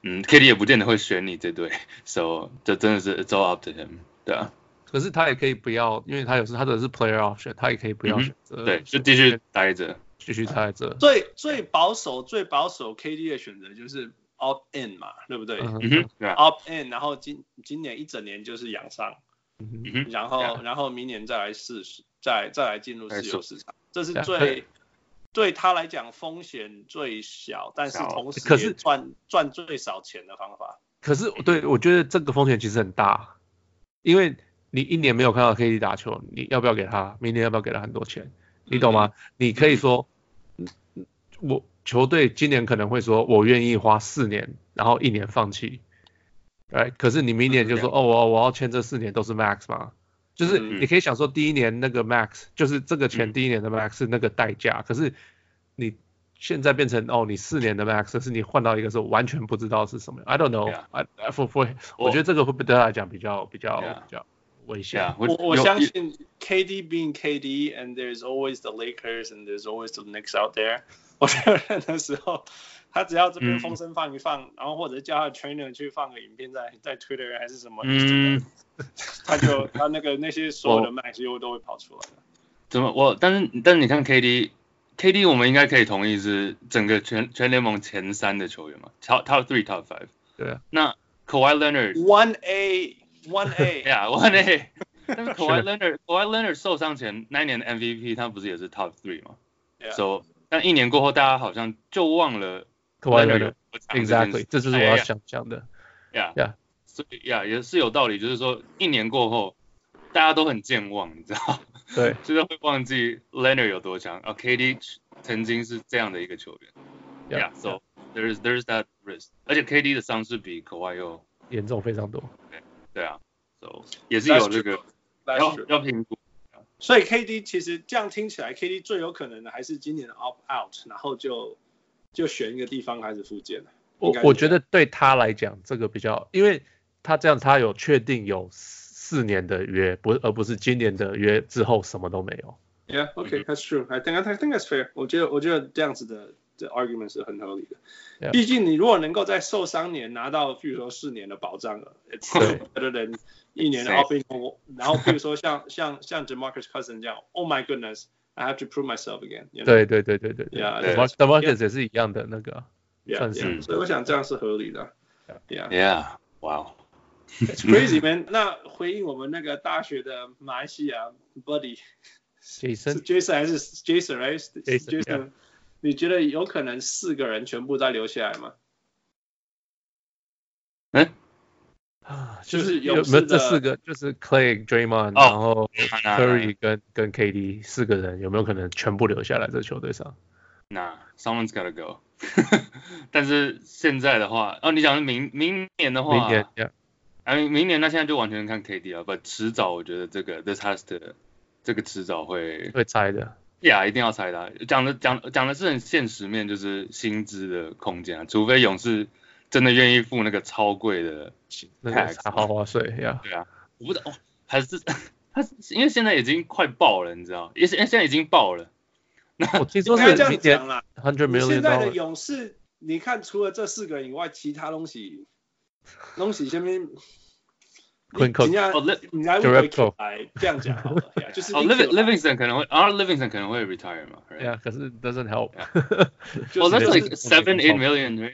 S5: 嗯，KD 也不见得会选你这队，so 这真的是 it's all up to him。对啊，
S2: 可是他也可以不要，因为他有时他的是 Player Option，他也可以不要
S5: 嗯哼
S2: 选择，
S4: 呃
S5: 对，就继续待着。
S2: 继续待在这。
S4: 最最保守、最保守 KD 的选择就是 opt in 嘛，对不对、
S2: 嗯哼
S5: 嗯哼，对啊，
S4: ？opt in，然后今今年一整年就是养伤，
S2: 嗯哼
S5: 嗯哼，
S4: 然后、
S5: Yeah.
S4: 然后明年再来试，再再来进入
S5: 再
S4: 自由
S5: 试
S4: 市场，这是
S2: Yeah.
S4: 最对他来讲风险最小，但是
S5: 小
S4: 同时
S2: 可是
S4: 也赚赚最少钱的方法。
S2: 可是对我觉得这个风险其实很大，因为你一年没有看到 KD 打球，你要不要给他？明年要不要给他很多钱？你懂吗？你可以说，嗯我球队今年可能会说，我愿意花四年，然后一年放弃。哎，可是你明年就说，哦，我我要签这四年都是 max 嘛？就是
S4: 嗯
S2: 你可以想说，第一年那个 max 就是这个钱，
S5: 嗯
S2: 第一年的 max 是那个代价。可是你现在变成哦，你四年的 max 是你换到一个是完全不知道是什么，I don't know
S5: Yeah.
S2: I- I- for for，
S5: 我
S2: 我觉得这个会不会对他来讲比较比较
S5: Yeah.
S2: 比较危
S5: 对
S2: 险
S5: 啊，
S4: 我我
S5: 有
S4: 相信 KD being KD and there's always the Lakers and there's always the Knicks out there。我承认的时候，他只要这边
S5: 嗯
S4: 风声放一放，然后或者叫他的 trainer 去放个影片在在 Twitter 还是什么，
S5: 嗯，
S4: 他就他那个那些所有的 max 又都会跑出来了。
S5: 怎么我？但是但是你看 KD，KD 我们应该可以同意是整个全全联盟前三的球员嘛，top top three top five。
S2: 对啊。
S5: 那 Kawhi Leonard，
S4: One A One
S5: 哎
S4: A，
S5: <laughs> 呀，我
S2: <laughs>
S5: 那，但是
S2: Sure.
S5: Kawhi Leonard，Kawhi Leonard 受伤前那一年的 MVP 他不是也是 top three 嘛
S4: Yeah.
S5: ？So 但一年过后，大家好像就忘了
S2: ？Kawhi
S5: Leonard
S2: Leonard
S5: 有多强这件
S2: exactly，
S5: 事
S2: 这就是我要想讲的。
S5: Yeah.
S2: Yeah.
S5: 所以呀、也是有道理，就是说一年过后，大家都很健忘，你知道，
S2: 对，
S5: 就是会忘记 Leonard 有多强啊，KD 曾经是这样的一个球员
S2: Yeah，
S5: ，Yeah，so there's there's that risk，而且 KD 的伤势比 k a w h i 又
S2: 严重非常多。
S5: 对啊，so 也是有
S4: That's
S5: 这个
S4: true.
S5: 要要评估，
S4: 所以 KD 其实这样听起来，KD 最有可能的还是今年的 opt out，然后就就选一个地方开始复健了。
S2: 我
S4: 应该是
S2: 我
S4: 这
S2: 觉
S4: 样
S2: 得对他来讲，这个比较，因为他这样他有确定有四四年的约，不而不是今年的约之后什么都没有。
S4: Yeah,
S2: Mm-hmm.
S4: okay, that's true. I think I think that's fair. 我觉得我觉得这样子的的 argument 是很合理的。
S2: Yeah.
S4: 毕竟你如果能够在受伤年拿到，譬如说四年的保障额，it's
S2: <laughs>
S4: still <laughs> better than 一年的
S5: Safe.
S4: opt in。然后譬如说像 <laughs> 像像 Demarcus Cousins 这样，Oh my goodness, I have to prove myself again. you know?
S2: 对对对对对对
S4: Yeah,
S5: yeah.
S2: ，The Marcus 也是一样的那个。
S4: Yeah,
S2: 算是
S4: yeah. 所以我想这样是合理的。Yeah.
S5: ，Yeah，wow。
S4: It's crazy, man. 那回应我们那个大学的马来西亚 buddy 是
S2: Jason
S4: Jason 还是 Jason right？是
S2: Jason，
S4: Jason，
S2: yeah
S4: 你觉得有可能四个人全部再留下来吗？
S2: 啊，
S4: 就
S2: 就是是
S4: 勇
S2: 有没有这
S4: 士的
S2: 四个，就是 Clay、Draymond，
S5: 哦
S2: 然后 Curry 跟跟 KD 四个人有没有可能全部留下来这球队上？
S5: Nah, someone's gotta go 。 <laughs> 但是现在的话，哦，你讲的明明年的话，
S2: 明年，Yeah，
S5: 哎，明年那现在就完全看 KD 了，不，迟早我觉得这个 this has to 这个迟早会
S2: 会猜的。
S5: 呀一定要裁他。讲的讲讲的是很现实面，就是薪资的空间啊，除非勇士真的愿意付那个超贵的，
S2: 那
S5: Tax
S2: 个查豪华税
S4: <laughs>
S2: 呀，
S5: 对啊，我不知道，哦、还是 <laughs> 他因为现在已经快爆了，你知道，也是因为现在已经爆了，
S2: yeah. 我听
S4: 应
S2: 说
S4: 该
S2: 是
S4: 这样
S2: 明年
S4: 讲啦。
S2: hundred
S4: 你
S2: million
S4: 现在的
S2: dollars，
S4: 勇士，你看除了这四个人以外，其他东西东西下面，
S2: Quinn Cook
S4: 你要
S5: 哦，Liv
S4: 你来
S2: Jarrett
S4: 问
S2: Cook
S4: 来这样讲好了，yeah，就
S2: <laughs>
S4: 是
S5: 哦
S4: 你
S5: ，Liv
S4: 可
S5: Livingston 可能会，啊 Livingston 可能会 retire 嘛
S2: 对
S5: ，right？
S2: 呀，可是 doesn't help。
S4: 就是
S5: 哦，that's
S4: 就是
S5: like seven eight million，right？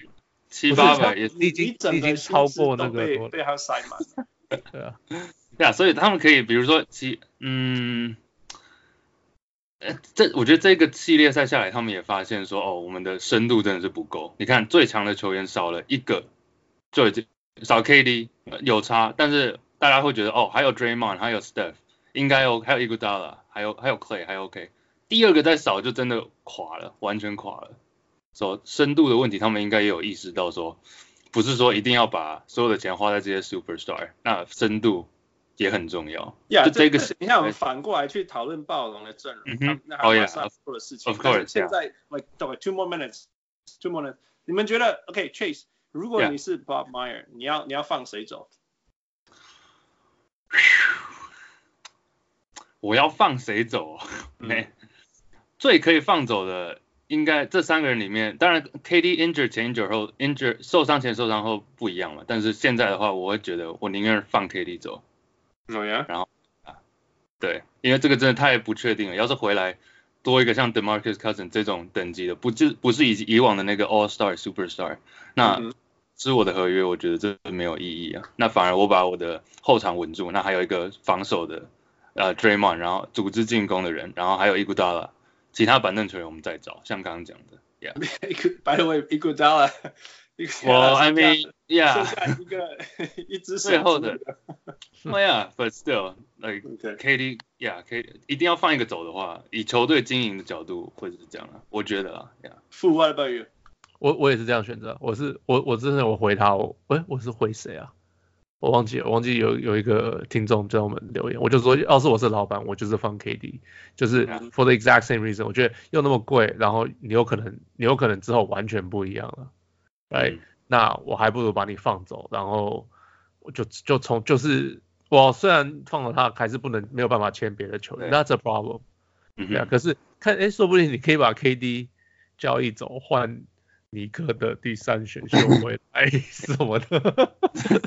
S5: 七八百也是。
S4: 你
S2: 已经
S4: 你整
S2: 已
S4: 个
S2: 经
S4: 薪
S2: 超
S4: 资
S2: 过
S4: 都
S2: 那个
S4: 被
S2: 多了
S4: 被他塞满。
S2: 对啊，
S5: 对啊，所以他们可以，比如说其嗯，呃，这我觉得这个系列赛下来，他们也发现说，哦，我们的深度真的是不够。你看最强的球员少了一个，就已经少 KD 呃有差，但是大家会觉得哦，还有 Draymond，还有 Steph，应该有，还有 Iguodala，还有还有 Clay，还有 OK。第二个再少就真的垮了，完全垮了。所、so, 深度的问题，他们应该也有意识到说，不是说一定要把所有的钱花在这些 superstar，那深度也很重要。
S4: Yeah，
S5: 就这个
S4: 你看我们反过来去讨论暴龙的阵容，
S5: 嗯
S4: 那
S5: 哼
S4: 那还有
S5: Oh, yeah,
S4: 马萨做的事情。
S5: of
S4: 但是
S5: course,
S4: 现在 like okay, two more minutes, two more minutes。你们觉得 OK Chase？如果
S5: Yeah.
S4: 你是 Bob Meyer，你要你要放谁走？
S5: 我要放谁走？
S4: 嗯
S5: 没、 <laughs> 最可以放走的，应该这三个人里面，当然 KD injured 前 injured 后 injured 受伤前受伤后不一样嘛。但是现在的话，我会觉得我宁愿放 KD 走，Oh
S4: 哦 <laughs> 呀，
S5: 对，因为这个真的太不确定了。要是回来多一个像 Demarcus Cousins 这种等级的，不就不是以以往的那个 All Star Superstar，那
S4: 嗯哼
S5: 是我的合约，我觉得这没有意义啊。那反而我把我的后场稳住，那还有一个防守的呃 Draymond，然后组织进攻的人，然后还有伊古达拉，其他板凳球员我们再找，像刚刚讲的。Yeah，
S4: By the way，一个 dollar，一个
S5: 我 I mean
S4: 剩
S5: yeah，
S4: 下一个 <laughs> 一只手
S5: 最后的，Oh yeah，but still like
S4: OK，
S5: KD yeah，KD 一定要放一个走的话，以球队经营的角度会是这样啊，我觉得啊，yeah。
S4: 副 What about you？
S2: 我我也是这样选择。我是我我之前我回他，我喂、我是回谁啊？我忘记了我忘记有有一个听众在我们留言，我就说，要是我是老板，我就是放 KD，就是
S5: Yeah.
S2: for the exact same reason。我觉得又那么贵，然后你有可能你有可能之后完全不一样了，right？、
S5: 嗯
S2: 那我还不如把你放走，然后我就就从就是我虽然放了他，还是不能没有办法签别的球员
S5: 对
S2: ，that's a problem。
S5: 嗯
S2: 对啊，
S5: 哼，
S2: 可是看，哎，说不定你可以把 KD 交易走，换尼克的第三选秀回来什么的， <laughs>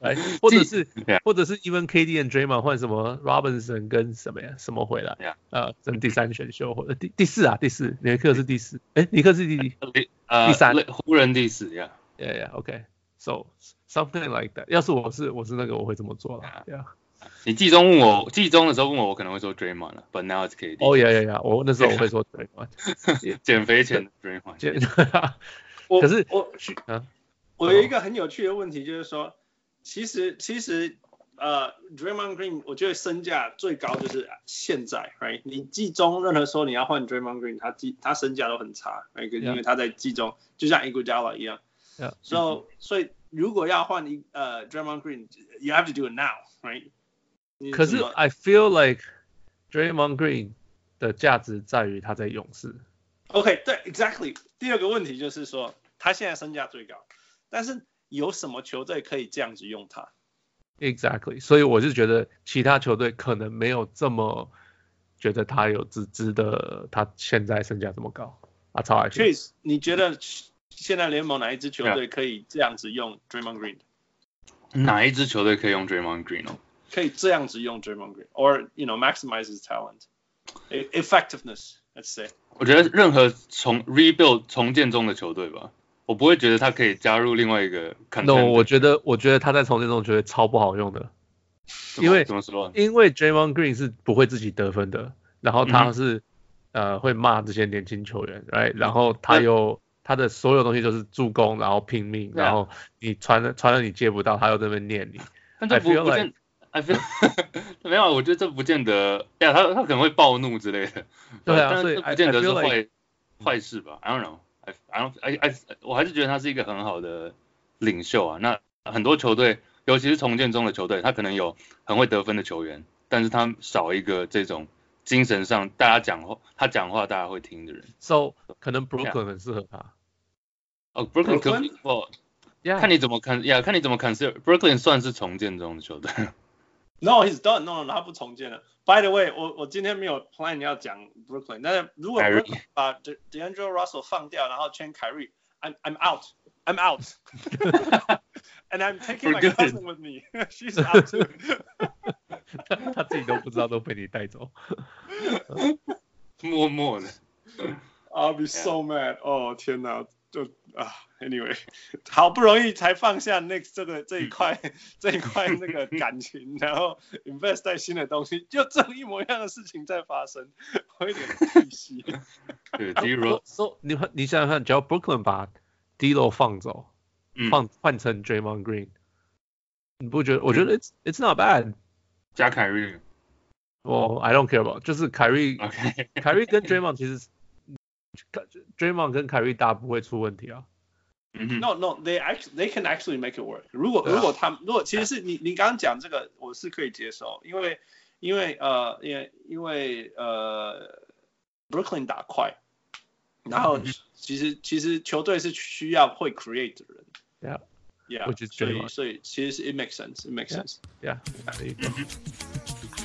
S2: 来，或者是
S5: Yeah.
S2: 或者是 even KD and Draymond 换什么 Robinson 跟什么呀什么回来
S5: Yeah.
S2: 呃，什么第三选秀或者第第四啊，第四，尼克是第四，哎，尼克是第几？
S5: 呃，
S2: 第三
S5: 湖人第四呀。
S2: Yeah, yeah, OK. So something like that. 要是我是我是那个，我会这么做了。Yeah.
S5: 你季中问我，季中的时候问我，我可能会说 Draymond 了，But now it's KD。
S2: 哦，yeah, yeah, yeah. 我那时候我会 <laughs> 说 Draymond。
S5: 减肥前的 Draymond。
S2: 就
S4: 我
S2: 可是
S4: 我
S2: 啊，嗯
S4: 我有一个很有趣的问题，就是说，其实其实呃，Draymond Green 我觉得身价最高就是现在，right？你季中任何时候你要换 Draymond Green，他季他身价都很差，right？因为他在季中就像 Iguodala 一样
S2: Yeah.
S4: ，so 所以如果要换一呃 Draymond Green，you have to do it now，right？你
S2: 可是
S4: 怎么
S2: I feel like Draymond Green 的价值在于他在勇士，
S4: OK，对，exactly。第二个问题就是说，他现在身价最高，但是有什么球队可以这样子用他？
S2: Exactly，所以我是觉得其他球队可能没有这么觉得他有资值得他现在身价这么高。啊，超爱
S4: c h a s e 你觉得现在联盟哪一支球队可以这样子用 Draymond Green？
S5: 哪一支球队可以用 Draymond Green 哦？
S4: 可以这样子用 Draymond Green，or you know maximize his talent, E- effectiveness. Let's say.
S5: 我觉得任何重 rebuild 重建中的球队吧，我不会觉得他可以加入另外一个 contender。
S2: No，我觉得我觉得他在重建中觉得超不好用的，
S5: 怎么
S2: 因为
S5: 怎么啊说？
S2: 因为 Draymond Green 是不会自己得分的，然后他是、呃会骂这些年轻球员，right？然后他又、他的所有东西就是助攻，然后拼命，
S5: 对啊
S2: 然后你传了传了你接不到，他又在那边念你。
S5: 但这
S2: I
S5: 不
S2: feel
S5: 不见，I feel <laughs> 没有啊，我觉得这不见得，哎呀，他他可能会暴怒之类的。
S2: 对啊
S5: 呃但
S2: 所以
S5: 是这
S2: I-
S5: 不见得
S2: I
S5: 是
S2: feel
S5: 坏
S2: like-
S5: 坏事吧？I don't know, I I don't I I 我还是觉得他是一个很好的领袖啊。那很多球队，尤其是重建中的球队，他可能有很会得分的球员，但是他少一个这种精神上大家讲话，他讲话大家会听的人。
S2: So 可能 Brooklyn 很适合他。
S5: 哦，Brooklyn 可
S4: Brooklyn？
S5: 不，
S2: Yeah，
S5: 看你怎么看呀？看你怎么看。是 Brooklyn 算是重建中的球队。 <laughs>
S4: No, he's done. No, no, 他不重建了。By the way，我我今天没有 plan 要讲 Brooklyn，但是如果
S5: Kyrie
S4: Brooklyn 把 De DeAndre Russell 放掉，然后签 Kyrie，I'm I'm out. I'm
S5: <laughs>
S4: out. <laughs> And I'm taking my
S5: We're good.
S4: cousin with me. <laughs> She's out too.
S2: 他自己都不知道，都被你带走。
S5: 默默的。
S4: I'll be so mad. 哦天哪，就啊，Anyway，好 <laughs> 不容易才放下 Next 这个这一块 <laughs> 这一块那个感情，然后 invest 在新的东西，就这一模一样的事情在发生，我有点气息。
S5: 对 d r o
S2: 哦 So 你你想想看，只要 Brooklyn 把 d l o 放走，
S5: 嗯，
S2: 放换成 Draymond Green，你不觉得？我
S5: 嗯
S2: 觉得 it's it's not bad。
S5: 加凯瑞
S2: 我 I don't care about，就是凯瑞
S5: ，OK，
S2: 凯瑞跟 Draymond 其实，Draymond 跟凯瑞大不会出问题啊。
S5: 嗯哼
S4: No, no, they actually they can actually make it work. 如果
S2: Mm-hmm. 对啊
S4: 如果他们如果其实是你你刚刚讲这个，我是可以接受，因为因为呃因为因为呃 Brooklyn 打快，然后其实其实球队是需要会 create 的人。
S2: Yeah.
S4: Yeah，
S2: Which is
S4: 所以
S2: Draymond.
S4: 所以其实是 it makes sense, it makes
S5: 嗯
S2: Yeah.
S4: sense.
S2: Yeah，there you go